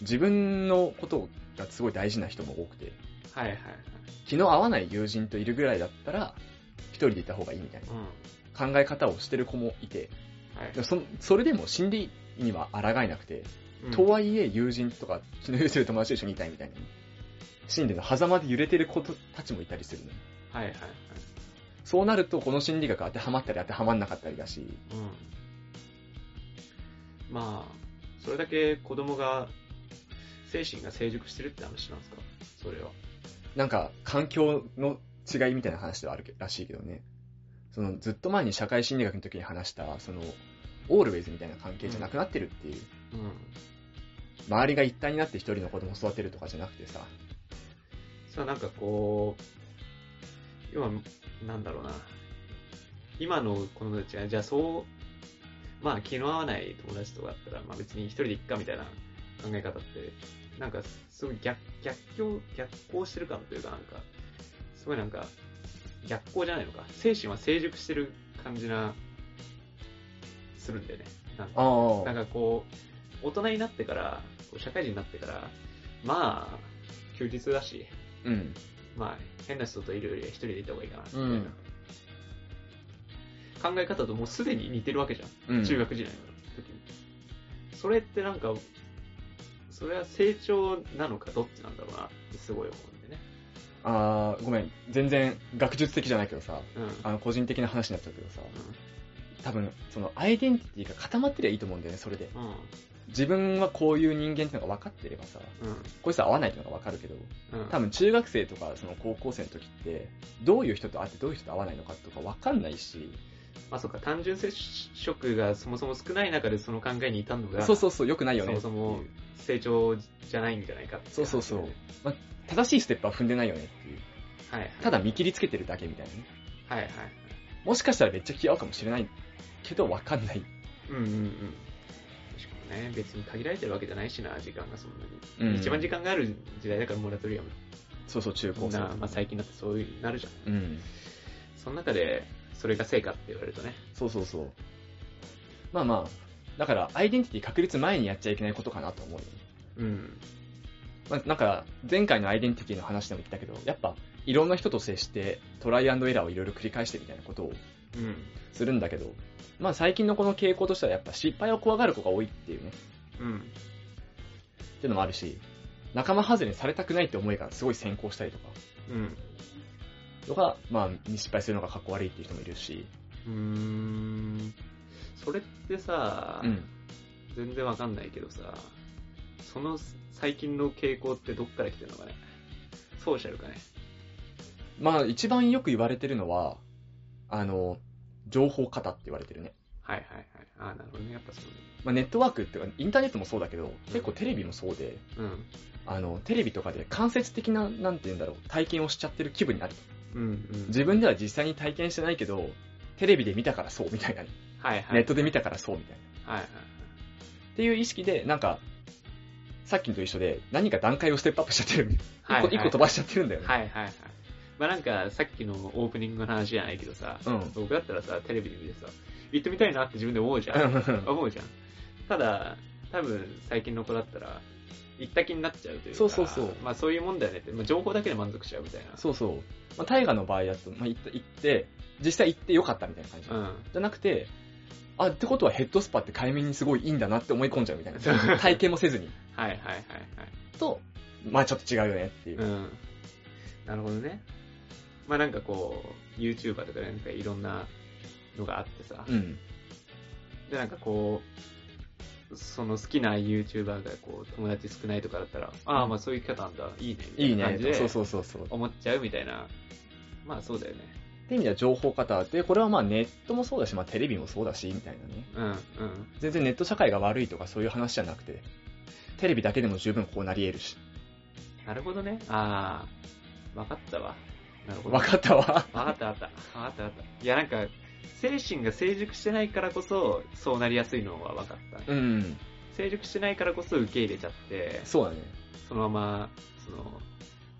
[SPEAKER 2] 自分のことがすごい大事な人も多くて、
[SPEAKER 1] はいはいはい。
[SPEAKER 2] 気の合わない友人といるぐらいだったら、一人でいた方がいいみたいな
[SPEAKER 1] うん。
[SPEAKER 2] 考え方をしてる子もいて、
[SPEAKER 1] はい。
[SPEAKER 2] でもそそれでも心理には抗えなくて、
[SPEAKER 1] うん
[SPEAKER 2] とはいえ友人とか、気の許せる友達と一緒にいたいみたいな。心理の狭間で揺れてる子たちもいたりするの。
[SPEAKER 1] はいはいはい。
[SPEAKER 2] そうなると、この心理学当てはまったり当てはまんなかったりだし、
[SPEAKER 1] うん。まあ、それだけ子供が、精神が成熟してるって話なんですかそれは。
[SPEAKER 2] なんか、環境の違いみたいな話ではあるらしいけどね。その、ずっと前に社会心理学の時に話した、その、オールウェイズみたいな関係じゃなくなってるっていう。
[SPEAKER 1] うん。
[SPEAKER 2] 周りが一体になって一人の子供を育てるとかじゃなくてさ、
[SPEAKER 1] さあなんかこう、今、なんだろうな。今の子供たちが、じゃあそう、まあ気の合わない友達とかだったら、まあ別に一人で行っかみたいな考え方って、なんかすごい逆、逆境、逆行してる感というかなんか、すごいなんか、逆行じゃないのか。精神は成熟してる感じな、するんだよね。なんか
[SPEAKER 2] あ
[SPEAKER 1] なんかこう、大人になってから、こう社会人になってから、まあ、休日だし、
[SPEAKER 2] うん。
[SPEAKER 1] まあ、変な人といるよりは一人でいた方がいいかな、みたいな。
[SPEAKER 2] うん
[SPEAKER 1] 考え方ともうすでに似てるわけじゃん。
[SPEAKER 2] うん。
[SPEAKER 1] 中学時代の時に。それってなんか、それは成長なのかどっちなんだろうなってすごい思うんでね。
[SPEAKER 2] あー、ごめん。全然学術的じゃないけどさ、
[SPEAKER 1] うん。
[SPEAKER 2] あの、個人的な話になっちゃうけどさ、多分、その、アイデンティティが固まってりゃいいと思うんだよね、それで。
[SPEAKER 1] うん。
[SPEAKER 2] 自分はこういう人間ってのが分かってればさ、
[SPEAKER 1] う
[SPEAKER 2] こいつと合わないってのが分かるけど、
[SPEAKER 1] ん。うん。
[SPEAKER 2] 多分中学生とかその高校生の時って、どういう人と会ってどういう人と会わないのかとか分かんないし、
[SPEAKER 1] まあそうか、単純接触がそもそも少ない中でその考えにいたのが、
[SPEAKER 2] そうそうそう、良くないよねっていう。
[SPEAKER 1] そもそも成長じゃないんじゃないかってい
[SPEAKER 2] そうそうそう正しいステップは踏んでないよねっていう。
[SPEAKER 1] はいはい。
[SPEAKER 2] ただ見切りつけてるだけみたいなね。
[SPEAKER 1] はいはい。
[SPEAKER 2] もしかしたらめっちゃ気合うかもしれないけど、わかんない。
[SPEAKER 1] うんうんうん。しかもね、別に限られてるわけじゃないしな、時間がそんなに。
[SPEAKER 2] うん
[SPEAKER 1] 一番時間がある時代だからモラトリアム。
[SPEAKER 2] そうそう、中
[SPEAKER 1] こ
[SPEAKER 2] 高
[SPEAKER 1] ん
[SPEAKER 2] 生。
[SPEAKER 1] な、まあ最近だってそういうなるじゃん。
[SPEAKER 2] うん。
[SPEAKER 1] その中で、それが成果って言われるとね。
[SPEAKER 2] そうそうそう。まあまあ、だから、アイデンティティ確立前にやっちゃいけないことかなと思うよね。
[SPEAKER 1] うん。
[SPEAKER 2] まあ、なんか、前回のアイデンティティの話でも言ったけど、やっぱ、いろんな人と接して、トライアンドエラーをいろいろ繰り返してみたいなことを
[SPEAKER 1] うん。
[SPEAKER 2] するんだけど、まあ最近のこの傾向としては、やっぱ失敗を怖がる子が多いっていうね、
[SPEAKER 1] うん。
[SPEAKER 2] っていうのもあるし、仲間外れにされたくないって思いがすごい先行したりとか、
[SPEAKER 1] うん。
[SPEAKER 2] とか、まあ、失敗するのがかっこ悪いっていう人もいるし、
[SPEAKER 1] うーん。それってさ、
[SPEAKER 2] うん。
[SPEAKER 1] 全然わかんないけどさ、その最近の傾向ってどっから来てるのかね。ソーシャルかね。
[SPEAKER 2] まあ、一番よく言われてるのは、あの、情報型って言われてるね。
[SPEAKER 1] はいはいはい。ああ、なるほどね。やっぱそうね。
[SPEAKER 2] まあ、ネットワークっていうか、インターネットもそうだけど、結構テレビもそうで、
[SPEAKER 1] うん。
[SPEAKER 2] あの、テレビとかで間接的な、なんて言うんだろう、体験をしちゃってる気分になる。
[SPEAKER 1] うんうん。
[SPEAKER 2] 自分では実際に体験してないけど、テレビで見たからそうみたいな、
[SPEAKER 1] はいはい。
[SPEAKER 2] ネットで見たからそうみたいな。
[SPEAKER 1] はいはい。
[SPEAKER 2] っていう意識で、なんか、さっきのと一緒で、何か段階をステップアップしちゃってる。
[SPEAKER 1] はい
[SPEAKER 2] 一個一個飛ばしちゃってるんだよね。
[SPEAKER 1] はいはいはい。まあなんか、さっきのオープニングの話じゃないけどさ、
[SPEAKER 2] うん。
[SPEAKER 1] 僕だったらさ、テレビで見てさ、行ってみたいなって自分で思うじゃん。思うじゃん。ただ、多分、最近の子だったら、行った気になっちゃうというか、
[SPEAKER 2] そうそうそう
[SPEAKER 1] まあそういうもんだよねって、まあ、情報だけで満足しちゃうみたいな。
[SPEAKER 2] そうそう。まあ、大河の場合だと、まあ、行った行って、実際行ってよかったみたいな感じ。
[SPEAKER 1] うん。
[SPEAKER 2] じゃなくて、あ、ってことはヘッドスパって海面にすごいいいんだなって思い込んじゃうみたいな。体験もせず に。
[SPEAKER 1] はいはいはいはい。
[SPEAKER 2] と、まあちょっと違うよねっていう。
[SPEAKER 1] うん。なるほどね。まあなんかこう、YouTuber とかでなんかいろんなのがあってさ、
[SPEAKER 2] うん。
[SPEAKER 1] で、なんかこう、その好きな YouTuber がこう友達少ないとかだったら、ああ、まあそういう生き方なんだ、いいね、み
[SPEAKER 2] い
[SPEAKER 1] たい
[SPEAKER 2] い
[SPEAKER 1] な感
[SPEAKER 2] ね
[SPEAKER 1] じ。で
[SPEAKER 2] そうそうそうそう。っ
[SPEAKER 1] 思っちゃうみたいな。まあそうだよね。
[SPEAKER 2] て意味では情報型で、これはまあネットもそうだし、まあテレビもそうだし、みたいなね。
[SPEAKER 1] うん、うん。
[SPEAKER 2] 全然ネット社会が悪いとかそういう話じゃなくて、テレビだけでも十分こうなり得るし。
[SPEAKER 1] なるほどね。ああ、わかったわ。なるほど。
[SPEAKER 2] わかったわ。
[SPEAKER 1] わかったわかった。わかったわかった。いやなんか、精神が成熟してないからこそ、そうなりやすいのはわかったね。
[SPEAKER 2] うん。
[SPEAKER 1] 成熟してないからこそ受け入れちゃって、
[SPEAKER 2] そうだね。
[SPEAKER 1] そのまま、その、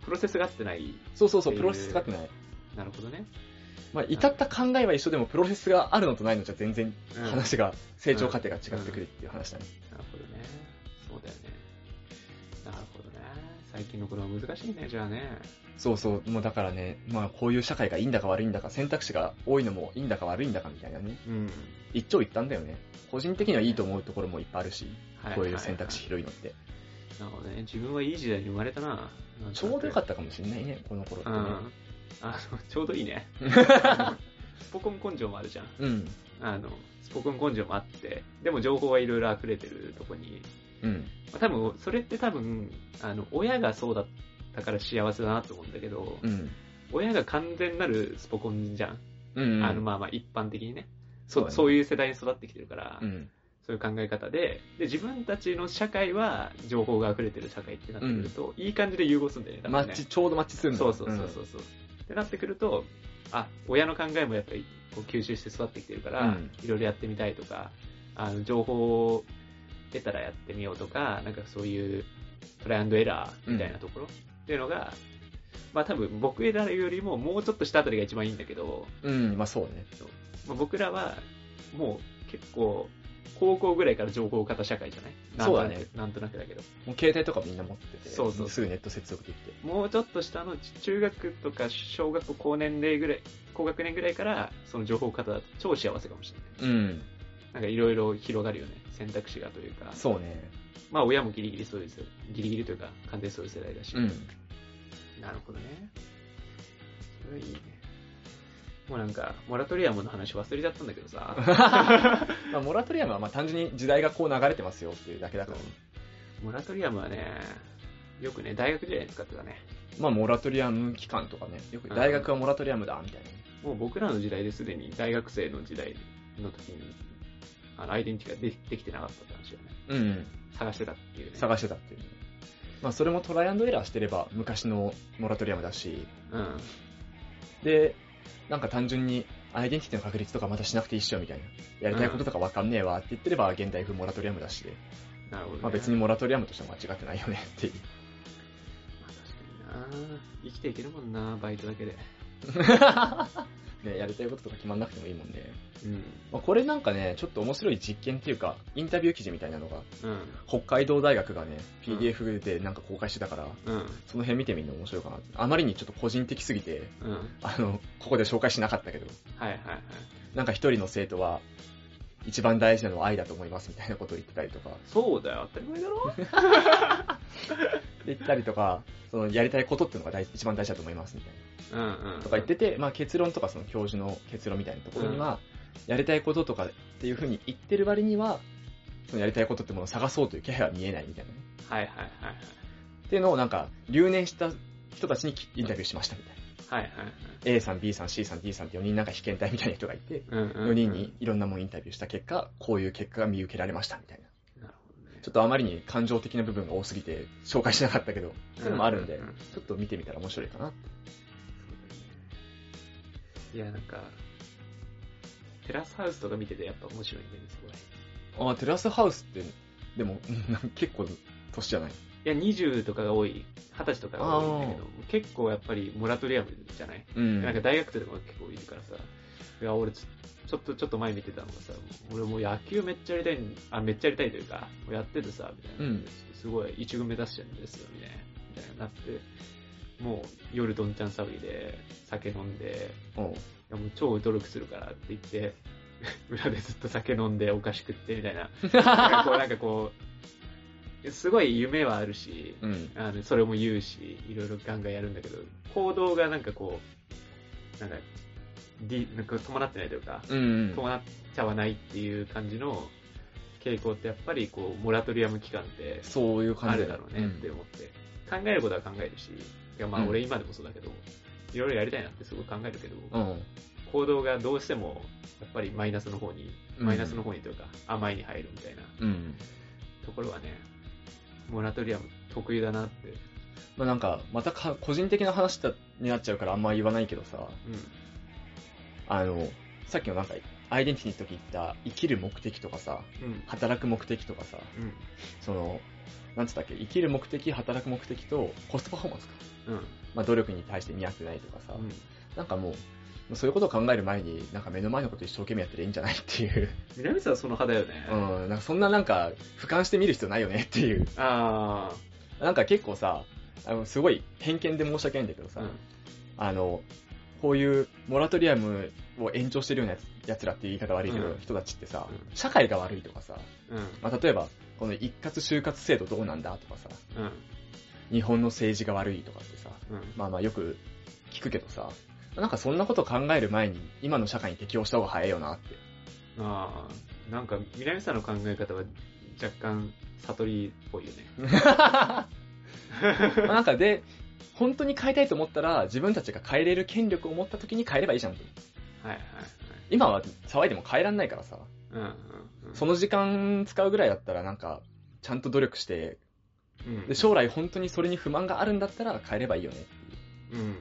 [SPEAKER 1] プロセスが合ってない。
[SPEAKER 2] そうそうそう、プロセス使ってない。
[SPEAKER 1] なるほどね。
[SPEAKER 2] まあ、至った考えは一緒でも、プロセスがあるのとないのじゃ全然
[SPEAKER 1] うん
[SPEAKER 2] 話が、成長過程が違ってくるっていう話だね。
[SPEAKER 1] なるほどね。そうだよね。なるほどね。最近の子供は難しいね、じゃあね。
[SPEAKER 2] そうそう、もうだからね、まあ、こういう社会がいいんだか悪いんだか、選択肢が多いのもいいんだか悪いんだかみたいなね、
[SPEAKER 1] うん。
[SPEAKER 2] 一長一短だよね。個人的にはいいと思うところもいっぱいあるし、
[SPEAKER 1] はい
[SPEAKER 2] こういう選択肢広いのって。
[SPEAKER 1] なるほどね。自分はいい時代に生まれたな。なん
[SPEAKER 2] ちょうどよか
[SPEAKER 1] っ
[SPEAKER 2] ったかもしれないね、この頃って
[SPEAKER 1] う
[SPEAKER 2] ね。
[SPEAKER 1] ん。あの、ちょうどいい ね。スポコン根性もあるじゃん。
[SPEAKER 2] うん。
[SPEAKER 1] あの、スポコン根性もあって、でも情報はいろいろ溢れてるとこに、
[SPEAKER 2] うん。
[SPEAKER 1] まあ多分、それって多分、あの、親がそうだったから幸せだなと思うんだけど、
[SPEAKER 2] うん。
[SPEAKER 1] 親が完全なるスポコンじゃん。
[SPEAKER 2] うん。
[SPEAKER 1] あの、まあまあ一般的にね。そ
[SPEAKER 2] そう
[SPEAKER 1] う
[SPEAKER 2] だね
[SPEAKER 1] そういう世代に育ってきてるから、
[SPEAKER 2] うん。
[SPEAKER 1] そういう考え方でで、自分たちの社会は情報が溢れてる社会ってなってくると、いい感じで融合するんだよね、多
[SPEAKER 2] マ
[SPEAKER 1] 分
[SPEAKER 2] ッ
[SPEAKER 1] ね
[SPEAKER 2] チ、ちょうどマッチするんだ
[SPEAKER 1] そうそうそうそうそう。ってなってくると、あ、親の考えもやっぱりこう吸収して育ってきてるから、
[SPEAKER 2] うん
[SPEAKER 1] いろいろやってみたいとか、あの情報を得たらやってみようとか、なんかそういうトライアンドエラーみたいなところっていうのが、まあ多分僕らよりももうちょっと下あたりが一番いいんだけど、
[SPEAKER 2] うん。うん、まあそうね。
[SPEAKER 1] まあ、僕らはもう結構高校ぐらいから情報型社会じゃないなん
[SPEAKER 2] そう
[SPEAKER 1] とな
[SPEAKER 2] だね
[SPEAKER 1] くなんとなくだけど。
[SPEAKER 2] もう携帯とかみんな持ってて、
[SPEAKER 1] そうそう
[SPEAKER 2] すぐネット接続できて。
[SPEAKER 1] もうちょっと下の中学とか小学校高年齢ぐらい、高学年ぐらいから、その情報型だと超幸せかもしれない。
[SPEAKER 2] うん。
[SPEAKER 1] なんかいろいろ広がるよね。選択肢がというか。
[SPEAKER 2] そうね。
[SPEAKER 1] まあ親もギリギリそういう世代、ギリギリというか完全にそういう世代だし。
[SPEAKER 2] うん。
[SPEAKER 1] なるほどね。それはいいね。もうなんか、モラトリアムの話忘れちゃったんだけどさ。
[SPEAKER 2] まあ、モラトリアムはまあ単純に時代がこう流れてますよっていうだけだから、
[SPEAKER 1] モラトリアムはね、よくね、大学時代に使ってたね。
[SPEAKER 2] まあ、モラトリアム期間とかね、よく
[SPEAKER 1] うん
[SPEAKER 2] 大学はモラトリアムだ、みたいな。
[SPEAKER 1] もう僕らの時代ですでに大学生の時代の時に、あの、アイデンティティがでできてなかったって話よね。
[SPEAKER 2] うん、
[SPEAKER 1] 探してたっていうね。
[SPEAKER 2] 探してたっていうね。まあ、それもトライアンドエラーしてれば昔のモラトリアムだし、
[SPEAKER 1] うん。
[SPEAKER 2] で、なんか単純にアイデンティティの確立とかまたしなくていいっしょみたいな。やりたいこととかわかんねえわって言ってれば現代風モラトリアムだしで、
[SPEAKER 1] なるほど、ね。
[SPEAKER 2] まあ別に。モラトリアムとしても間違ってないよねっていう。
[SPEAKER 1] まあ確かにな生きていけるもんな、バイトだけで。
[SPEAKER 2] ね、やりたいこととか決まんなくてもいいもんね。
[SPEAKER 1] うん。
[SPEAKER 2] まあ、これなんかね、ちょっと面白い実験っていうか、インタビュー記事みたいなのが、
[SPEAKER 1] うん。
[SPEAKER 2] 北海道大学がね、
[SPEAKER 1] うん
[SPEAKER 2] PDF でなんか公開してたから、
[SPEAKER 1] うん。
[SPEAKER 2] その辺見てみるの面白いかな。あまりにちょっと個人的すぎて、
[SPEAKER 1] うん。
[SPEAKER 2] あの、ここで紹介しなかったけど、
[SPEAKER 1] はいはいはい。
[SPEAKER 2] なんか一人の生徒は、一番大事なのは愛だと思いますみたいなことを言ってたりとか、
[SPEAKER 1] そうだよ、当たり前だ ろ
[SPEAKER 2] で言ったりとか、そのやりたいことっていうのが大一番大事だと思いますみたい
[SPEAKER 1] うんうん。
[SPEAKER 2] な。とか言ってて、まあ結論とかその教授の結論みたいなところには、やりたいこととかっていう風に言ってる割には、そのやりたいことってものを探そうという気配は見えないみたいなね。
[SPEAKER 1] はいはいはいはい。
[SPEAKER 2] っていうのをなんか、留年した人たちにインタビューしましたみたいな。
[SPEAKER 1] はいはいはい。
[SPEAKER 2] A さん、B さん、C さん、D さんって4人なんか被験体みたいな人がいて、
[SPEAKER 1] うんうん、うん。
[SPEAKER 2] 4人に。いろんなものインタビューした結果、こういう結果が見受けられましたみたいな。
[SPEAKER 1] なるほどね。
[SPEAKER 2] ちょっとあまりに感情的な部分が多すぎて紹介しなかったけど、そういうのもあるんで
[SPEAKER 1] ううう、
[SPEAKER 2] ちょっと見てみたら面白いかな。
[SPEAKER 1] いや、なんか、テラスハウスとか見ててやっぱ面白いんだよね、そこら
[SPEAKER 2] あーテラスハウスって、でも、 うん結構、年じゃない。
[SPEAKER 1] 辺。いや、20とかが多い、20歳とかが多いんだけど、結構やっぱりモラトリアムじゃない、
[SPEAKER 2] うん。
[SPEAKER 1] なんか大学生とか結構いるからさ、いや、俺ちょ、ちょっと、ちょっと前見てたのがさ、俺もう野球めっちゃやりたいん、あ、めっちゃやりたいというか、もうやっててさ、みたいな。
[SPEAKER 2] うん
[SPEAKER 1] すごい、一軍目指してるんですよ、みたいな。みたいななって、もう夜どんちゃん騒ぎで、酒飲んで、
[SPEAKER 2] おう
[SPEAKER 1] いやもう超努力するからって言って、 裏でずっと酒飲んでお菓子食ってみたいな。なんかこう、なんかこう、すごい夢はあるし、
[SPEAKER 2] うん。
[SPEAKER 1] あのそれも言うし、いろいろガンガンやるんだけど、行動がなんかこう、なんか、D、なんか伴ってないというか、
[SPEAKER 2] うんうん。
[SPEAKER 1] 伴っちゃわないっていう感じの傾向ってやっぱりこう、モラトリアム期間って
[SPEAKER 2] そういう
[SPEAKER 1] あ
[SPEAKER 2] 感じ
[SPEAKER 1] るだろうねって
[SPEAKER 2] ん
[SPEAKER 1] 思って、考えることは考えるし、いやまあ
[SPEAKER 2] うん
[SPEAKER 1] 俺今でもそうだけど、いろいろやりたいなってすごい考えるけど、
[SPEAKER 2] うん。
[SPEAKER 1] 行動がどうしても、やっぱりマイナスの方に、
[SPEAKER 2] うん
[SPEAKER 1] マイナスの方にというか、甘いに入るみたいな
[SPEAKER 2] うん。
[SPEAKER 1] ところはね、モラトリアム得意だなって。
[SPEAKER 2] まあなんか、またか個人的な話だになっちゃうからあんま言わないけどさ、
[SPEAKER 1] う
[SPEAKER 2] あの、さっきのなんか、アイデンティティの時言った、生きる目的とかさ、
[SPEAKER 1] ん。うん。
[SPEAKER 2] 働く目的とかさ、その、なんつったっけ、生きる目的、働く目的と、コストパフォーマンスか。
[SPEAKER 1] うん。うん。
[SPEAKER 2] まあ、努力に対して見合ってないとかさ、
[SPEAKER 1] うん
[SPEAKER 2] なんかもう、もうそういうことを考える前に、なんか目の前のこと一生懸命やってりゃいいんじゃないっ ていう。
[SPEAKER 1] 南さんはその派だよね。
[SPEAKER 2] うん、なんかそんななんか、俯瞰して見る必要ないよねっていう。
[SPEAKER 1] あ
[SPEAKER 2] なんか結構さ、あの、すごい偏見で申し訳ないんだけどさ、
[SPEAKER 1] あ。うん。
[SPEAKER 2] あの、こういうモラトリアムを延長してるようなやつやつらっていう言い方悪いけど、
[SPEAKER 1] うん
[SPEAKER 2] 人たちってさ
[SPEAKER 1] う、
[SPEAKER 2] 社会が悪いとかさ、
[SPEAKER 1] うん。
[SPEAKER 2] まあ、例えば、この一括就活制度どうなんだとかさ、
[SPEAKER 1] うん。
[SPEAKER 2] 日本の政治が悪いとかってさ、
[SPEAKER 1] うん。
[SPEAKER 2] まあまあよく聞くけどさ、なんかそんなこと考える前に今の社会に適応した方が早いよなって。
[SPEAKER 1] ああ、なんか、南さんの考え方は若干悟りっぽいよね。
[SPEAKER 2] まあなんかで、本当に変えたいと思ったら自分たちが変えれる権力を持った時に変えればいいじゃんと。
[SPEAKER 1] はいはいはい。
[SPEAKER 2] 今は騒いでも変えらんないからさ、
[SPEAKER 1] うんうんうん。
[SPEAKER 2] その時間使うぐらいだったらなんか、ちゃんと努力して、
[SPEAKER 1] うん。
[SPEAKER 2] で、将来本当にそれに不満があるんだったら変えればいいよね。
[SPEAKER 1] うんうんうんうん。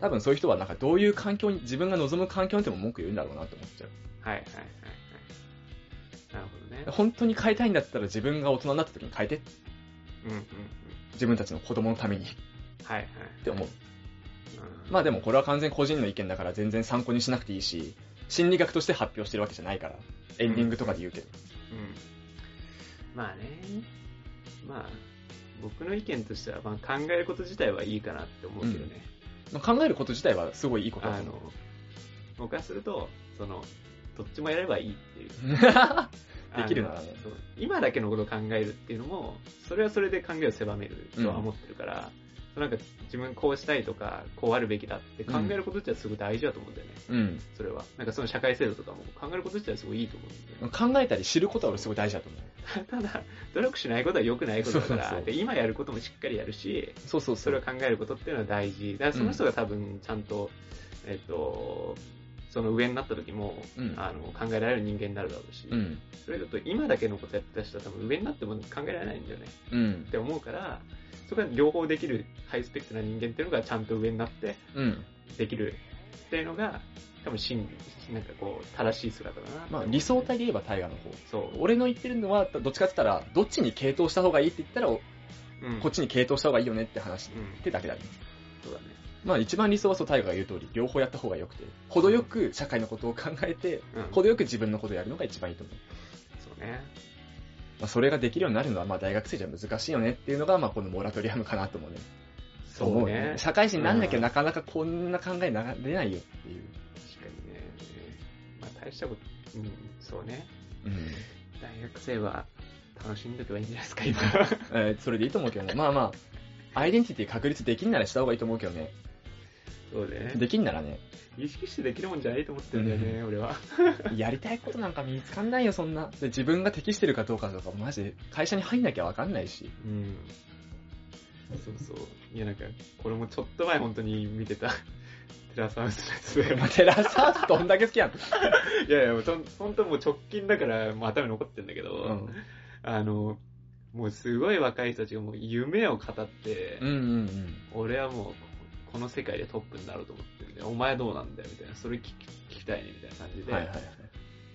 [SPEAKER 2] 多分そういう人はなんかどういう環境に、自分が望む環境にでも文句言うんだろうなって思っちゃう。
[SPEAKER 1] はいはいはいはい。なるほどね。
[SPEAKER 2] 本当に変えたいんだったら自分が大人になった時に変えて、
[SPEAKER 1] うんうんうん。
[SPEAKER 2] 自分たちの子供のためにっ
[SPEAKER 1] はいはい。
[SPEAKER 2] て思
[SPEAKER 1] う
[SPEAKER 2] う。
[SPEAKER 1] ん
[SPEAKER 2] まあでもこれは完全個人の意見だから全然参考にしなくていいし、心理学として発表してるわけじゃないから、エンディングとかで言うけど。
[SPEAKER 1] うん。まあね。まあ、僕の意見としては、まあ考えること自体はいいかなって思うけどね。
[SPEAKER 2] まあ考えること自体はすごいいいことだ
[SPEAKER 1] あ
[SPEAKER 2] と
[SPEAKER 1] の
[SPEAKER 2] 思う。、
[SPEAKER 1] 僕からすると、その、どっちもやればいいっていう。
[SPEAKER 2] できるならね
[SPEAKER 1] あのそう今だけのことを考えるっていうのも、それはそれで考えを狭めるとは思ってるから、そうなんか自分こうしたいとか、こうあるべきだって考えること自体はすごい大事だと思うんだよね、
[SPEAKER 2] うん。
[SPEAKER 1] それは。なんかその社会制度とかも考えること自体はすごいいいと思うんだよね。
[SPEAKER 2] 考えたり知ることは俺すごい大事だと思 う。
[SPEAKER 1] ただ、努力しないことは良くないことだから
[SPEAKER 2] そうそうそう
[SPEAKER 1] で、今やることもしっかりやるし、
[SPEAKER 2] そうそう
[SPEAKER 1] そ
[SPEAKER 2] そ
[SPEAKER 1] れを
[SPEAKER 2] う。
[SPEAKER 1] 考えることっていうのは大事。だからその人が多分ちゃんと、えっと、その上になった時も、
[SPEAKER 2] うん
[SPEAKER 1] あの考えられる人間になるだろうし、
[SPEAKER 2] うん。
[SPEAKER 1] それだと今だけのことやってた人は多分上になっても考えられないんだよね
[SPEAKER 2] うん
[SPEAKER 1] っ。て思うから、そこは両方できるハイスペックな人間っていうのがちゃんと上になって
[SPEAKER 2] うん。
[SPEAKER 1] できるっていうのが、多分真理、なんかこう、正しい姿だな。
[SPEAKER 2] まあ理想体で言えば大河の方。
[SPEAKER 1] そう。
[SPEAKER 2] 俺の言ってるのは、どっちかって言ったら、どっちに傾倒した方がいいって言ったら、
[SPEAKER 1] うん、
[SPEAKER 2] こっちに傾倒した方がいいよねって話
[SPEAKER 1] うん
[SPEAKER 2] ってだけだね。
[SPEAKER 1] そうだね。
[SPEAKER 2] まあ一番理想はそう、大河が言う通り、両方やった方が良くて、程よく社会のことを考えて、
[SPEAKER 1] うん。
[SPEAKER 2] 程よく自分のことをやるのが一番いいと思う。
[SPEAKER 1] そうね。
[SPEAKER 2] まあそれができるようになるのは、まあ大学生じゃ難しいよねっていうのが、まあこのモラトリアムかなと思うね。
[SPEAKER 1] そうね。
[SPEAKER 2] 社会人になんなき
[SPEAKER 1] う
[SPEAKER 2] ゃ
[SPEAKER 1] ん
[SPEAKER 2] なかなかこんな考えなれないよっていう。
[SPEAKER 1] 確かにね。まあ大したこと、うん、そうね。
[SPEAKER 2] うん。
[SPEAKER 1] 大学生は楽しんどけばいいんじゃないですか、今。
[SPEAKER 2] えーそれでいいと思うけどね。まあまあ、アイデンティティ確立できんならした方がいいと思うけどね。
[SPEAKER 1] そうね。
[SPEAKER 2] できんならね、
[SPEAKER 1] 意識してできるもんじゃないと思ってるんだよね、俺は。
[SPEAKER 2] やりたいことなんか見つかんないよ、そんな。で、自分が適してるかどうかとか、マジで会社に入んなきゃわかんないし。
[SPEAKER 1] うん。そうそう。いや、なんか、これもちょっと前本当に見てた、 テラスハウスのやつで。
[SPEAKER 2] まあ、テラスハウスどんだけ好きやん。
[SPEAKER 1] いやいや、もうとん本当もう直近だから、もう頭に残ってんだけど、
[SPEAKER 2] うん。
[SPEAKER 1] あの、もうすごい若い人たちがもう夢を語って、
[SPEAKER 2] うんうん
[SPEAKER 1] 俺はもうこ、この世界でトップになろうと思ってるんで、お前どうなんだよ、みたいな。それ聞き聞きたいね、みたいな感じ
[SPEAKER 2] うん。
[SPEAKER 1] で。
[SPEAKER 2] はいはいはい。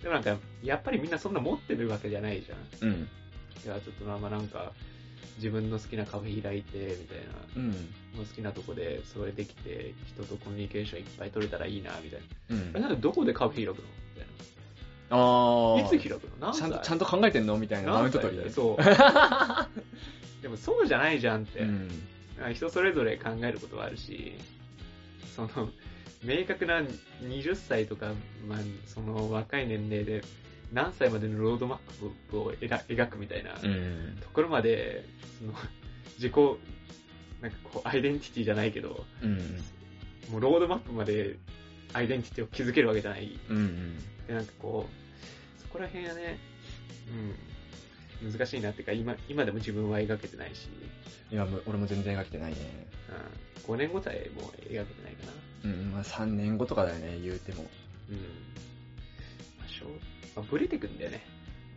[SPEAKER 1] でもなんか、やっぱりみんなそんな持ってるわけじゃないじゃん。
[SPEAKER 2] うん。
[SPEAKER 1] いや、ちょっとまあまあなんか、自分の好きなカフェ開いて、みたいな。
[SPEAKER 2] うん。
[SPEAKER 1] もう好きなとこでそれできて人とコミュニケーションいっぱい取れたらいいなみたいな。
[SPEAKER 2] うん
[SPEAKER 1] え。なんかどこでカフェ開くのみたいな。いつ。開
[SPEAKER 2] あー
[SPEAKER 1] くの何
[SPEAKER 2] ちゃ
[SPEAKER 1] 歳
[SPEAKER 2] んと、ちゃんと考えてんのみたいな、マウ
[SPEAKER 1] 何
[SPEAKER 2] ント
[SPEAKER 1] 歳
[SPEAKER 2] 取
[SPEAKER 1] だ
[SPEAKER 2] り
[SPEAKER 1] よ
[SPEAKER 2] で。
[SPEAKER 1] そう。でもそうじゃないじゃんって。
[SPEAKER 2] うん。
[SPEAKER 1] 人それぞれ考えることはあるし、その、明確な20歳とか、まあ、その若い年齢で何歳までのロードマップを描描くみたいな。
[SPEAKER 2] うん。
[SPEAKER 1] ところまで、その、自己、なんかこう、アイデンティティじゃないけど、
[SPEAKER 2] うん。
[SPEAKER 1] もうロードマップまでアイデンティティを築けるわけじゃない。
[SPEAKER 2] うん。
[SPEAKER 1] で、なんかこう、そこら辺はね、うん、難しいなっていうか、今、今でも自分は描けてないし、
[SPEAKER 2] 今も、俺も全然描けてないね。
[SPEAKER 1] うん、5年後さえもう描けてないかな。
[SPEAKER 2] うん、まあ3年後とかだよね、言うても。
[SPEAKER 1] うん。まあ、しょう、まあ、ブレてくんだよね。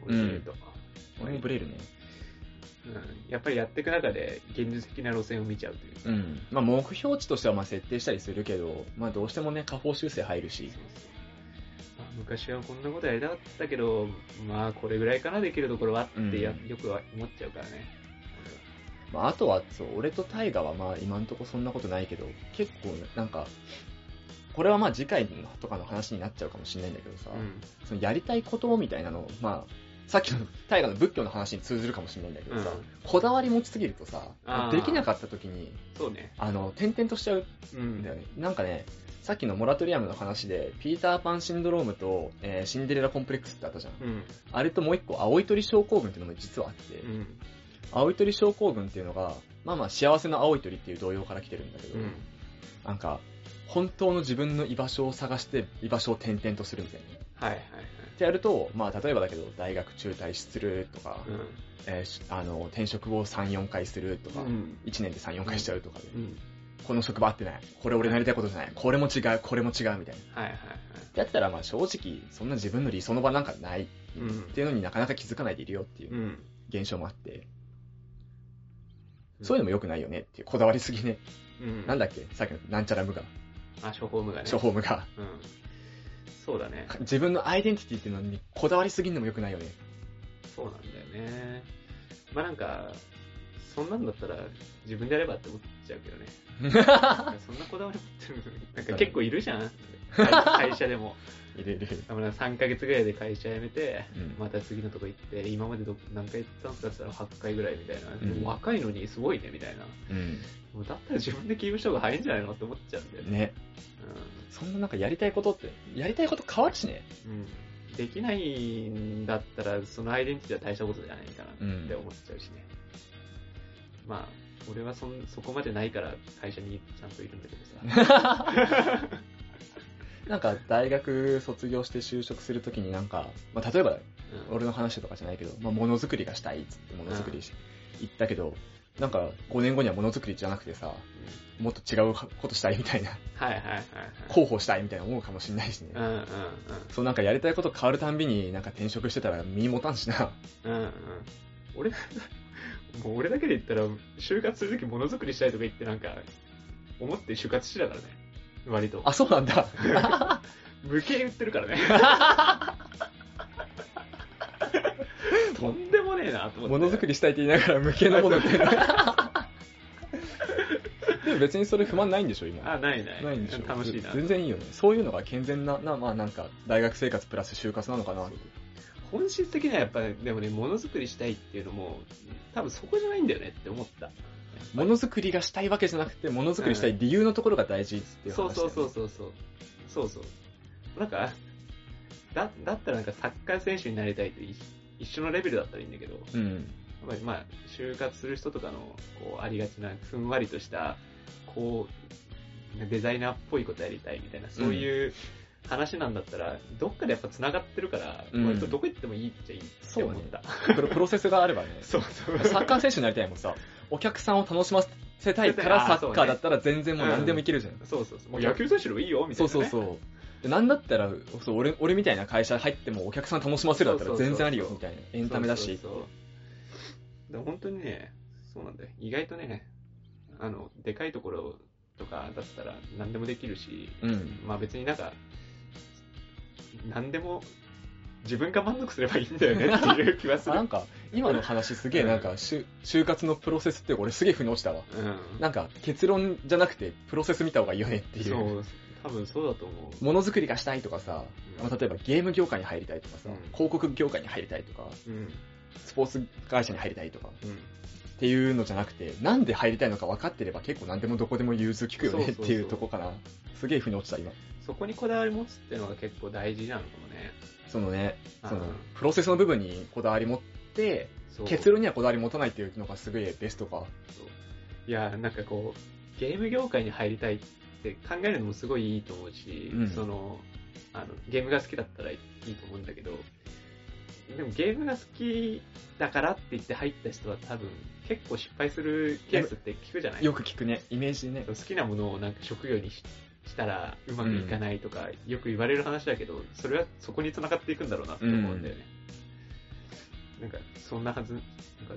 [SPEAKER 1] 俺で言うと。
[SPEAKER 2] 俺もブレるね。
[SPEAKER 1] うん、やっぱりやっていく中で現実的な路線を見ちゃうというか。
[SPEAKER 2] うん。まあ目標値としてはまあ設定したりするけど、まあどうしてもね、下方修正入るし。
[SPEAKER 1] まあ昔はこんなことやりたかったけど、まあこれぐらいかなできるところはってや、
[SPEAKER 2] うん
[SPEAKER 1] よくは思っちゃうからね。
[SPEAKER 2] まああとは、そう、俺とタイガはまあ今んとこそんなことないけど、結構なんか、これはまあ次回のとかの話になっちゃうかもしれないんだけどさ、
[SPEAKER 1] うん。
[SPEAKER 2] そのやりたいことみたいなのを、まあ、さっきの大河の仏教の話に通ずるかもしれないんだけどさ、
[SPEAKER 1] うん
[SPEAKER 2] こだわり持ちすぎるとさ
[SPEAKER 1] あ、ー
[SPEAKER 2] できなかった時に、
[SPEAKER 1] そうね。
[SPEAKER 2] あの、転々としちゃう
[SPEAKER 1] うん
[SPEAKER 2] だよ
[SPEAKER 1] ん。
[SPEAKER 2] ね。なんかね、さっきのモラトリアムの話で、ピーターパンシンドロームと、えーシンデレラコンプレックスってあったじゃん。
[SPEAKER 1] うん。
[SPEAKER 2] あれともう一個、青い鳥症候群っていうのも実はあって、
[SPEAKER 1] うん。
[SPEAKER 2] 青い鳥症候群っていうのが、まあまあ幸せの青い鳥っていう動揺から来てるんだけど、
[SPEAKER 1] うん。
[SPEAKER 2] なんか、本当の自分の居場所を探して居場所を転々とするみたいな。っ
[SPEAKER 1] はいはいはい。
[SPEAKER 2] てやると、まあ例えばだけど、大学中退するとか、
[SPEAKER 1] うん。
[SPEAKER 2] えーしあの、転職を3、4回するとか、
[SPEAKER 1] うん。
[SPEAKER 2] 1年で3、4回しちゃうとかで、
[SPEAKER 1] うん。
[SPEAKER 2] この職場合ってない、これ俺なりたいことじゃない、これも違う、これも違うみたいな。
[SPEAKER 1] はいはいはい。
[SPEAKER 2] だったらまあ正直、そんな自分の理想の場なんかない
[SPEAKER 1] うん
[SPEAKER 2] っていうのになかなか気づかないでいるよっていう
[SPEAKER 1] うん。
[SPEAKER 2] 現象もあって、
[SPEAKER 1] うん
[SPEAKER 2] そういうのも良くないよねっていう、こだわりすぎね。
[SPEAKER 1] うん。
[SPEAKER 2] なんだっけさっきのなんちゃら無我、
[SPEAKER 1] あ、処方無がね。
[SPEAKER 2] 処。方無我。
[SPEAKER 1] うん。そうだね。
[SPEAKER 2] 自分のアイデンティティっていうのにこだわりすぎるのも良くないよね。
[SPEAKER 1] そうなんだよね。まあなんか、そんなんだったら自分でやればって思っちゃうけどね。 なんかそんなこだわり持ってるのなんか結構いるじゃん。会会社でも。
[SPEAKER 2] いるいる。
[SPEAKER 1] だから3ヶ月ぐらいで会社辞めて、
[SPEAKER 2] うん
[SPEAKER 1] また次のとこ行って、今までど何回やったんすかって言ったら8回ぐらいみたいな。
[SPEAKER 2] ん
[SPEAKER 1] でも若いのにすごいねみたいな。もうだったら自分で勤務した方が早いんじゃないのって思っちゃうんだよね。
[SPEAKER 2] ね。
[SPEAKER 1] うん
[SPEAKER 2] そんななんかやりたいことって、やりたいこと変わるしね。
[SPEAKER 1] うんできないんだったら、そのアイデンティティは大したことじゃないかなって思っちゃうしね。まあ、俺はそんそこまでないから会社にちゃんといるんだけど さ。
[SPEAKER 2] なんか大学卒業して就職するときになんか、まあ、例えば
[SPEAKER 1] うん
[SPEAKER 2] 俺の話とかじゃないけど、まあ、ものづくりがしたいっつってものづくりし、行ったけど、なんか5年後にはものづくりじゃなくてさ、もっと違うことしたいみたいな、
[SPEAKER 1] はいはいはいはい。
[SPEAKER 2] 広報したいみたいな思うかもしれないしね。
[SPEAKER 1] うんうん
[SPEAKER 2] そうなんかやりたいこと変わるたんびになんか転職してたら身持たんしな。
[SPEAKER 1] うん。うんうん。俺、も う俺だけで言ったら、就活するときものづくりしたいとか言ってなんか、思って就活してたからね。割と。
[SPEAKER 2] あ、そうなんだ。
[SPEAKER 1] 無形売ってるから ね。とんでもねえなと思って。
[SPEAKER 2] ものづくりしたいって言いながら無形なものって。 でも別にそれ不満ないんでしょ、今。
[SPEAKER 1] あ、ないない。
[SPEAKER 2] ないんでしょ。
[SPEAKER 1] 楽しいな。
[SPEAKER 2] 全然いいよね。そういうのが健全な、な、まあなんか、大学生活プラス就活なのかな。
[SPEAKER 1] 本質的にはやっぱり、でもね、ものづくりしたいっていうのも、多分そこじゃないんだよねって思った。
[SPEAKER 2] ものづくりがしたいわけじゃなくて、ものづくりしたい理由のところが大事っていう話だ
[SPEAKER 1] そ
[SPEAKER 2] よ
[SPEAKER 1] う
[SPEAKER 2] ね。
[SPEAKER 1] そうそうそうそう。そうそう。なんか、だ、だったらなんかサッカー選手になりたいと一一緒のレベルだったらいいんだけど、やっ
[SPEAKER 2] うん。
[SPEAKER 1] ぱりまあ、就活する人とかの、こう、ありがちな、ふんわりとした、こう、デザイナーっぽいことやりたいみたいな、そういう話なんだったら、どっかでやっぱ繋がってるから、
[SPEAKER 2] うん
[SPEAKER 1] 割とどこ行ってもいいっちゃいいって思った。
[SPEAKER 2] これプロセスがあれば ね。
[SPEAKER 1] そうそう。
[SPEAKER 2] サッカー選手になりたいもんさ、お客さんを楽しませたいからサッカーだったら全然もう何でもいけるじゃん。
[SPEAKER 1] そうそうそう。もう野球選手でもいいよ、みたい
[SPEAKER 2] そ
[SPEAKER 1] うな、ね。
[SPEAKER 2] そうそう。でなんだったら、そう俺俺みたいな会社入ってもお客さん楽しませるだったら全然ありよ、みたいな。エンタメだ
[SPEAKER 1] そう
[SPEAKER 2] し。
[SPEAKER 1] そうそうだ本当にね、そうなんだよ。意外とね、あの、でかいところとかだったら何でもできるし、
[SPEAKER 2] うん。
[SPEAKER 1] まあ別になんか、何でも自分が満足すればいいんだよ ねっていう気はす
[SPEAKER 2] あ
[SPEAKER 1] る。
[SPEAKER 2] なんか、今の話すげえなんか、就就活のプロセスって俺すげえ腑に落ちたわ。
[SPEAKER 1] うん。
[SPEAKER 2] なんか、結論じゃなくて、プロセス見た方がいいよねってい。
[SPEAKER 1] そうう、多分そうだと思
[SPEAKER 2] ものづくりがしたいとかさ、
[SPEAKER 1] うん
[SPEAKER 2] まあ例えばゲーム業界に入りたいとかさ、
[SPEAKER 1] うん
[SPEAKER 2] 広告業界に入りたいとか、
[SPEAKER 1] う。うん。うん。
[SPEAKER 2] スポーツ会社に入りたいとかっていうのじゃなくて、なんで入りたいのか分かってれば結構何でもどこでも融通聞くよね
[SPEAKER 1] そうそ
[SPEAKER 2] っ
[SPEAKER 1] うそう
[SPEAKER 2] ていうとこかな。すげえ腑に落ちた今。
[SPEAKER 1] そこにこだわり持つっていうのが結構大事なのかもね。
[SPEAKER 2] そのね、その
[SPEAKER 1] うん
[SPEAKER 2] プロセスの部分にこだわり持って、
[SPEAKER 1] そう
[SPEAKER 2] 結論にはこだわり持たないっていうのがすげえベストか。
[SPEAKER 1] いや、なんかこう、ゲーム業界に入りたいって考えるのもすごいいいと思うし、
[SPEAKER 2] うん
[SPEAKER 1] その、あの、ゲームが好きだったらいいと思うんだけど、でもゲームが好きだからって言って入った人は多分結構失敗するケースって聞くじゃない
[SPEAKER 2] よく聞くね、イメージね。
[SPEAKER 1] 好きなものをなんか職業にししたらうまくいかないとか、よく言われる話だけど、それはそこに繋がっていくんだろうなって思うんだよね。なんか、そんなはず、なんか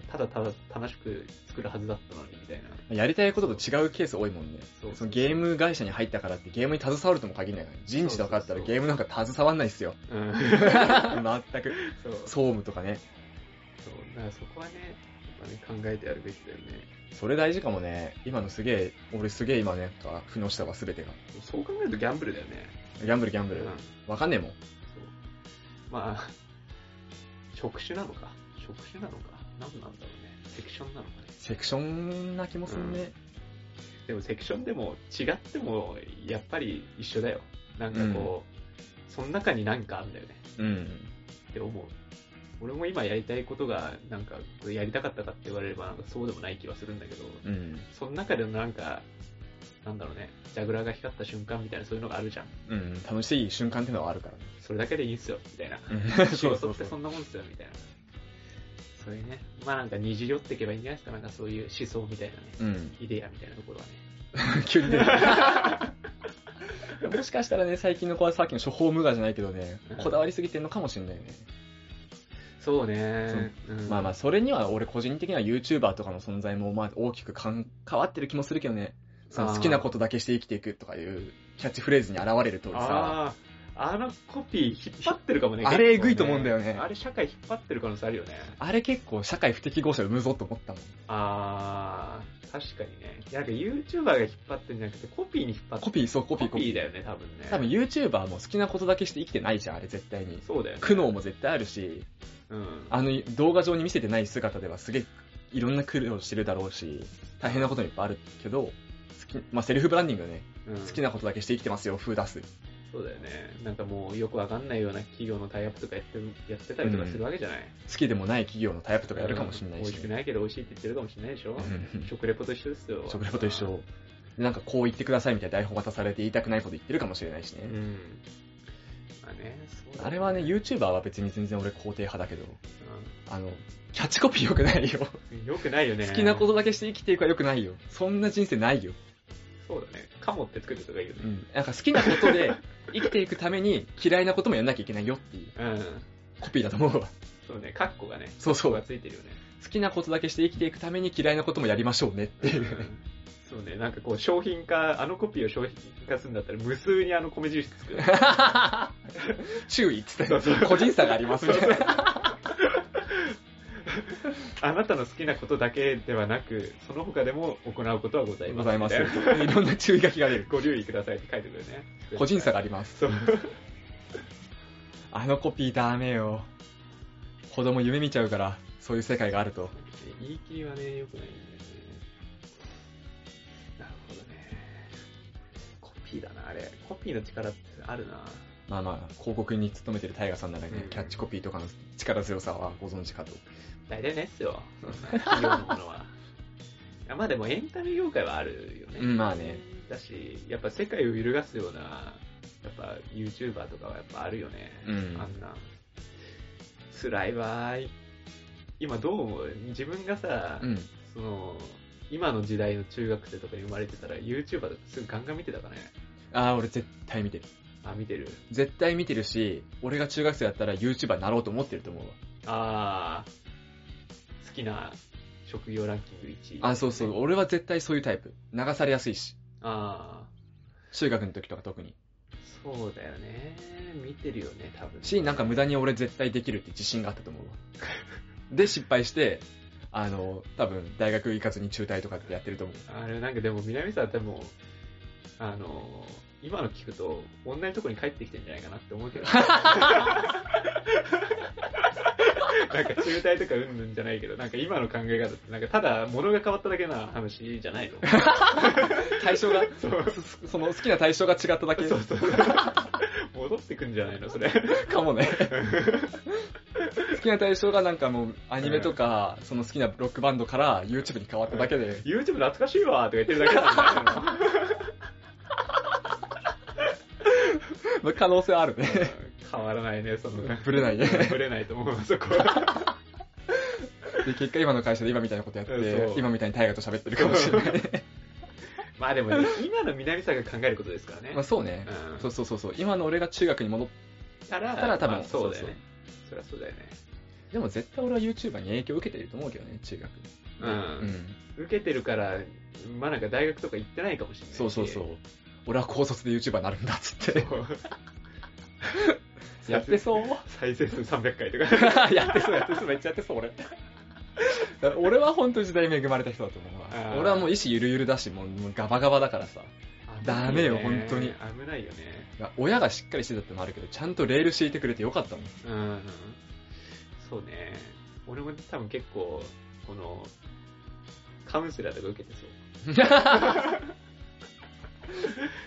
[SPEAKER 1] ただただ楽しく作るはずだったのにみたいな。
[SPEAKER 2] やりたいことと違うケース多いもんね。
[SPEAKER 1] そう
[SPEAKER 2] そのゲーム会社に入ったからってゲームに携わるとも限らないから人事とかだった
[SPEAKER 1] そうそ
[SPEAKER 2] ら
[SPEAKER 1] うそう
[SPEAKER 2] ゲームなんか携わんないっ すよ。
[SPEAKER 1] うん。
[SPEAKER 2] 全く。
[SPEAKER 1] そう。そう。
[SPEAKER 2] 総務とかね。
[SPEAKER 1] だからそこはね、やっぱね、考えてやるべきだよね。
[SPEAKER 2] それ大事かもね。今のすげえ、俺すげえ今ね、なんか、負のしたわ、すべてが。
[SPEAKER 1] そう考えるとギャンブルだよね。
[SPEAKER 2] ギャンブルギャンブ
[SPEAKER 1] うん。
[SPEAKER 2] ル
[SPEAKER 1] そう。。
[SPEAKER 2] わかんねえもん。
[SPEAKER 1] まあ、職種なのか。職種なのか。何なんだろうね。セクションなのかね。
[SPEAKER 2] セクションな気もするね。
[SPEAKER 1] でもセクションでも違っても、やっぱり一緒だよ。なんかこう、その中になんかあんだよね
[SPEAKER 2] うん。
[SPEAKER 1] って思う。俺も今やりたいことが、なんか、これやりたかったかって言われれば、なんかそうでもない気はするんだけど、
[SPEAKER 2] うん。
[SPEAKER 1] その中でのなんか、なんだろうね、ジャグラーが光った瞬間みたいな、そういうのがあるじゃん。
[SPEAKER 2] うん。楽しい瞬間ってのはあるからね。
[SPEAKER 1] それだけでいいんすよ、みたいな。
[SPEAKER 2] そ
[SPEAKER 1] そうう
[SPEAKER 2] そ
[SPEAKER 1] そうう
[SPEAKER 2] そ
[SPEAKER 1] そうそんなもんですよ、みたいな。それね。まあなんか、にじり寄っていけばいいんじゃないですか、なんかそういう思想みたいなね。
[SPEAKER 2] うん。
[SPEAKER 1] イデアみたいなところはね。
[SPEAKER 2] 急に出てくる もしかしたらね、最近の子はさっきの処方無我じゃないけどね、こだわりすぎてんのかもしんないよね。
[SPEAKER 1] そうね。うん
[SPEAKER 2] まあまあ、それには俺個人的には YouTuber とかの存在もまあ大きくかん関わってる気もするけどね。その好きなことだけして生きていくとかいうキャッチフレーズに現れるとさ、
[SPEAKER 1] ああ、あのコピー引っ張ってるかもね。
[SPEAKER 2] あれえぐいと思うんだよね
[SPEAKER 1] 結構あれ社会引っ張ってる可能性あるよね。
[SPEAKER 2] あれ結構社会不適合者生むぞと思ったもん。
[SPEAKER 1] ああ、確かにね。いやなんか YouTuber が引っ張ってるんじゃなくて、コピーに引っ張って
[SPEAKER 2] コピー、そう、コ
[SPEAKER 1] コ
[SPEAKER 2] ピー、コピー。
[SPEAKER 1] だよね、多分ね。
[SPEAKER 2] 多分 YouTuber も好きなことだけして生きてないじゃん、あれ絶対に。
[SPEAKER 1] そうだよね。
[SPEAKER 2] 苦悩も絶対あるし、
[SPEAKER 1] うん。
[SPEAKER 2] あの動画上に見せてない姿ではすげえいろんな苦労してるだろうし、大変なこともいっぱいあるけど、好きまあ、セルフブランディングね、
[SPEAKER 1] うん
[SPEAKER 2] 好きなことだけして生きてますよ、風出す。
[SPEAKER 1] そうだよね。なんかもうよくわかんないような企業のタイアップとかやってるやってたりとかするわけじゃない。
[SPEAKER 2] 好きでもない企業のタイアップとかやるかもしれない
[SPEAKER 1] 美
[SPEAKER 2] し
[SPEAKER 1] 味し。くないけど美味しいって言ってるかもしれないでしょ、
[SPEAKER 2] うん
[SPEAKER 1] 食レポと一緒ですよ。
[SPEAKER 2] 食レポと一緒。でなんかこう言ってくださいみたいな台本渡されて言いたくないこと言ってるかもしれないし
[SPEAKER 1] う
[SPEAKER 2] ね。
[SPEAKER 1] ん。まあね、そうだ
[SPEAKER 2] あれはね、
[SPEAKER 1] うん
[SPEAKER 2] YouTuber は別に全然俺肯定派だけど、あの、キャッチコピー良くないよ。
[SPEAKER 1] よくないよね。
[SPEAKER 2] 好きなことだけして生きていくは良くないよ。そんな人生ないよ。
[SPEAKER 1] そうだね。カモって作るとかいいよね。
[SPEAKER 2] うん。なんか好きなこ とで生きていくために嫌いなこともやんなきゃいけないよっていう
[SPEAKER 1] うん。
[SPEAKER 2] コピーだと思うわ。
[SPEAKER 1] そうね。カッコがね。
[SPEAKER 2] そうそ
[SPEAKER 1] カッコが
[SPEAKER 2] う。
[SPEAKER 1] ついてるよね。
[SPEAKER 2] 好きなことだけして生きていくために嫌いなこともやりましょうねっていう。
[SPEAKER 1] そうね。なんかこう、商品化、あのコピーを商品化するんだったら、無数にあの米印作る。
[SPEAKER 2] 注意っつっ
[SPEAKER 1] そうそう
[SPEAKER 2] て、個人差がありますみたいな。
[SPEAKER 1] あなたの好きなことだけではなく、その他でも行うことはございます。
[SPEAKER 2] ございます。
[SPEAKER 1] みたな
[SPEAKER 2] いろんな注意書きが出る。
[SPEAKER 1] ご留意くださいって書いてくるね。
[SPEAKER 2] 個人差があ
[SPEAKER 1] り
[SPEAKER 2] ります。
[SPEAKER 1] そう。
[SPEAKER 2] あのコピーダメよ。子供夢見ちゃうから、そういう世界があると。
[SPEAKER 1] 言い切りはね、良くないんだよね。なるほどね。コピーだな、あれ。コピーの力ってあるな。
[SPEAKER 2] まあまあ、広告に勤めてるタイガさんならね、
[SPEAKER 1] うん
[SPEAKER 2] キャッチコピーとかの力強さはご存知かと。
[SPEAKER 1] 大体ないっ すよ。そんな企業のものは。いやまあでもエンタメ業界はあるよね。
[SPEAKER 2] うんまあね。
[SPEAKER 1] だし、やっぱ世界を揺るがすような、やっぱ YouTuber とかはやっぱあるよね。
[SPEAKER 2] うん
[SPEAKER 1] あんな。辛いわーい。今どう思う自分がさ、
[SPEAKER 2] うん。
[SPEAKER 1] その、今の時代の中学生とかに生まれてたら YouTuber とかすぐガンガン見てたかね。
[SPEAKER 2] ああ、俺絶対見てる。
[SPEAKER 1] あ、見てる。
[SPEAKER 2] 絶対見てるし、俺が中学生だったら YouTuber になろうと思ってると思うわ。
[SPEAKER 1] あー、好きな職業ランキング1位。
[SPEAKER 2] あ、そうそう。。俺は絶対そういうタイプ。流されやすいし。
[SPEAKER 1] あ
[SPEAKER 2] 中学の時とか特に。
[SPEAKER 1] ー、そうだよね。見てるよね、多分。
[SPEAKER 2] し、なんか無駄に俺絶対できるって自信があったと思 うわ。で、失敗して、あの、多分大学行かずに中退とかってやってると思う。
[SPEAKER 1] あれ、なんかでも南沢ってもう、あのー、今の聞くと、同じとこに帰ってきてんじゃないかなって思うけ ど。なんか中退とかうんぬんじゃないけど、なんか今の考え方って、なんかただ物が変わっただけな話じゃないの
[SPEAKER 2] 対象が、
[SPEAKER 1] そう
[SPEAKER 2] そその好きな対象が違っただけ
[SPEAKER 1] そうそう。戻ってくんじゃないのそれ。
[SPEAKER 2] かも ね。好きな対象がなんかもうアニメとか、その好きなロックバンドから YouTube に変わっただけで、
[SPEAKER 1] YouTube 懐かしいわーとか言ってるだけなんだよ。
[SPEAKER 2] まあ可能性はある ね。
[SPEAKER 1] 変わらないね、その。
[SPEAKER 2] ぶれないね。
[SPEAKER 1] ぶれないと思う、そこは。
[SPEAKER 2] で、結果今の会社で今みたいなことやっ
[SPEAKER 1] うんそ、
[SPEAKER 2] て
[SPEAKER 1] う
[SPEAKER 2] 今みたいに大河と喋ってるかもしれない。
[SPEAKER 1] まあでも、ね、今の南さんが考えることですからね
[SPEAKER 2] まあ。そうね。
[SPEAKER 1] うん
[SPEAKER 2] そうそうそうそう。今の俺が中学に戻っ
[SPEAKER 1] から、
[SPEAKER 2] たら多分
[SPEAKER 1] まあそうだよね。そりゃそうだよね。
[SPEAKER 2] でも絶対俺は YouTuber に影響を受けてると思うけどね、中学。
[SPEAKER 1] うん
[SPEAKER 2] うん。
[SPEAKER 1] 受けてるから、まあなんか大学とか行ってないかもしれないし。
[SPEAKER 2] そうそうそう。俺は高卒で YouTuber になるんだっつって。
[SPEAKER 1] そう。
[SPEAKER 2] やってそう
[SPEAKER 1] 再生数300回とか。
[SPEAKER 2] やってそう、やってそう、めっちゃやってそう、俺。俺は本当に時代に恵まれた人だと思うわ
[SPEAKER 1] あ。ー
[SPEAKER 2] 俺はもう意志ゆるゆるだし、もうもうガバガバだからさ。 ダメよ本当に
[SPEAKER 1] 危ないよね。
[SPEAKER 2] 親がしっかりしてたってのもあるけど、ちゃんとレール敷いてくれてよかったもん。
[SPEAKER 1] うん。そうね。俺も多分結構、この、カウンセラーとか受けてそう。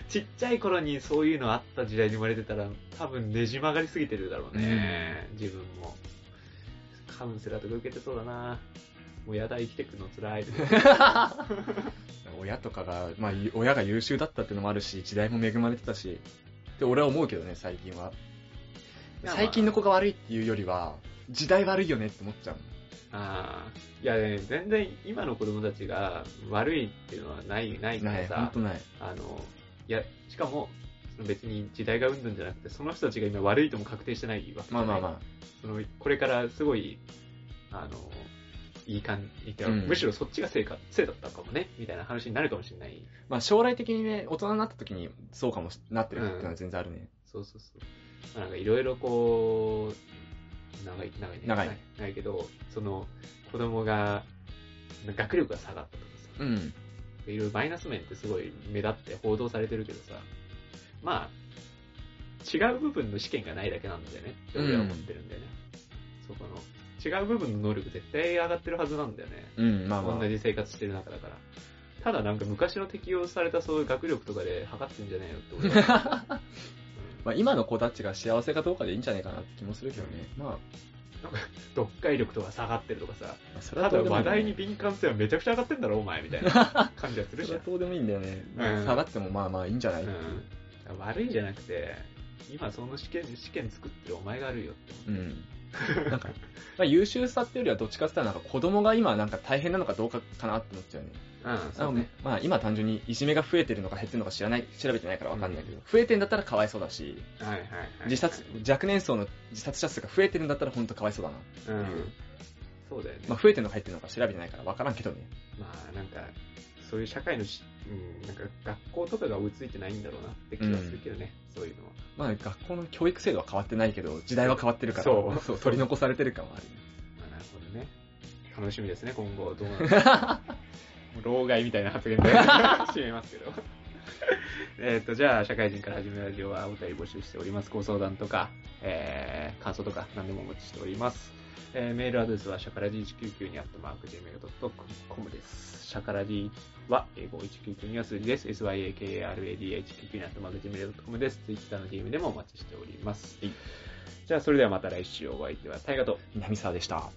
[SPEAKER 1] ちっちゃい頃にそういうのあった時代に生まれてたら、多分ねじ曲がりすぎてるだろうね。自分も。カウンセラーとか受けてそうだな。もうやだ、生きてくの辛い。
[SPEAKER 2] 親とかが、まあ、ゆ親が優秀だったってのもあるし、時代も恵まれてたし、って俺は思うけどね、最近は。最近の子が悪いっていうよりは、時代悪いよねって思っちゃう。
[SPEAKER 1] ああ。いやね、全然今の子供たちが悪いっていうのはない、ないか
[SPEAKER 2] な
[SPEAKER 1] ら
[SPEAKER 2] い、ほん
[SPEAKER 1] さ
[SPEAKER 2] と。ない。
[SPEAKER 1] あの、いや、しかも、その別に時代がうんぬんじゃなくて、その人たちが今悪いとも確定してないわけじ
[SPEAKER 2] ま
[SPEAKER 1] ゃな
[SPEAKER 2] あ
[SPEAKER 1] い
[SPEAKER 2] まあま
[SPEAKER 1] そのこれからすごい、あの、いい感じ、
[SPEAKER 2] うん
[SPEAKER 1] むしろそっちが正か正だったかもね、みたいな話になるかもしれない。
[SPEAKER 2] あ、まあ将来的にね、大人になった時にそうかもしなってるっていうのは全然あるね。
[SPEAKER 1] そうそうそう。まあなんかいろいろこう、長い、長いね。
[SPEAKER 2] 長い
[SPEAKER 1] な長いけど、その、子供が、学力が下がったとかさ、
[SPEAKER 2] うん。
[SPEAKER 1] いろいろマイナス面ってすごい目立って報道されてるけどさ、まあ、違う部分の試験がないだけなんだよねって俺は思ってるんだよね。そこの、違う部分の能力絶対上がってるはずなんだよね。
[SPEAKER 2] うん、まあまあ
[SPEAKER 1] 同。じ生活してる中だから。ただなんか昔の適用されたそういう学力とかで測ってんじゃねえよって俺 は思う
[SPEAKER 2] まあ今の子たちが幸せかどうかでいいんじゃないかなって気もするけどね。ま
[SPEAKER 1] 読解力とか下がってるとかさ、
[SPEAKER 2] あ、それ
[SPEAKER 1] た
[SPEAKER 2] は
[SPEAKER 1] だ
[SPEAKER 2] どうでもい
[SPEAKER 1] 話
[SPEAKER 2] いんだよ
[SPEAKER 1] 題に
[SPEAKER 2] ね。
[SPEAKER 1] 敏感性はめちゃくちゃ上がってんだろお前みたいな感じがする
[SPEAKER 2] そ
[SPEAKER 1] じゃ
[SPEAKER 2] れは
[SPEAKER 1] ん。
[SPEAKER 2] どうでもいいんだよね。
[SPEAKER 1] うん
[SPEAKER 2] 下がってもまあまあいいんじゃない、
[SPEAKER 1] うん、悪いじゃなくて、今その試験、試験作ってるお前があるよって思う。
[SPEAKER 2] うん。なんか、まあ、優秀さっていうよりはどっちかって言ったらなんか子供が今なんか大変なのかどうかかなって思っちゃうね。
[SPEAKER 1] うん、そうね。
[SPEAKER 2] まあ今単純にいじめが増えてるのか減ってるのか知らない、調べてないからわかんないけど、増えてんだったらかわいそうだし、
[SPEAKER 1] はいはいはい。
[SPEAKER 2] 自殺、若年層の自殺者数が増えてるんだったらほんとかわいそうだな。
[SPEAKER 1] うん。そうだよね。
[SPEAKER 2] まあ増えてるのか減ってるのか調べてないからわからんけどね。
[SPEAKER 1] まあなんか、そういう社会のし、うん、なんか学校とかが追いついてないんだろうなって気がするけどね、そういうのは。
[SPEAKER 2] まあ学校の教育制度は変わってないけど、時代は変わってるから、
[SPEAKER 1] そう
[SPEAKER 2] 取り残されてる感はあるね。
[SPEAKER 1] まあなるほどね。楽しみですね、今後どうなるか。 もう老害みたいな発言 で締めますけど。 えっと、じゃあ、社会人から始めるラジオはお便り募集しております。ご相談とか、えー、感想とか何でもお持ちしております。えー、メールアドレスは、シャカラジ199にアットマーク Gmail.com です。シャカラジは、英語199には数字です。syakaradi199 にアットマーク Gmail.com です。Twitter の DM でもお待ちしております。じゃあ、それではまた来週お会いでは、大河と。
[SPEAKER 2] 南沢でした。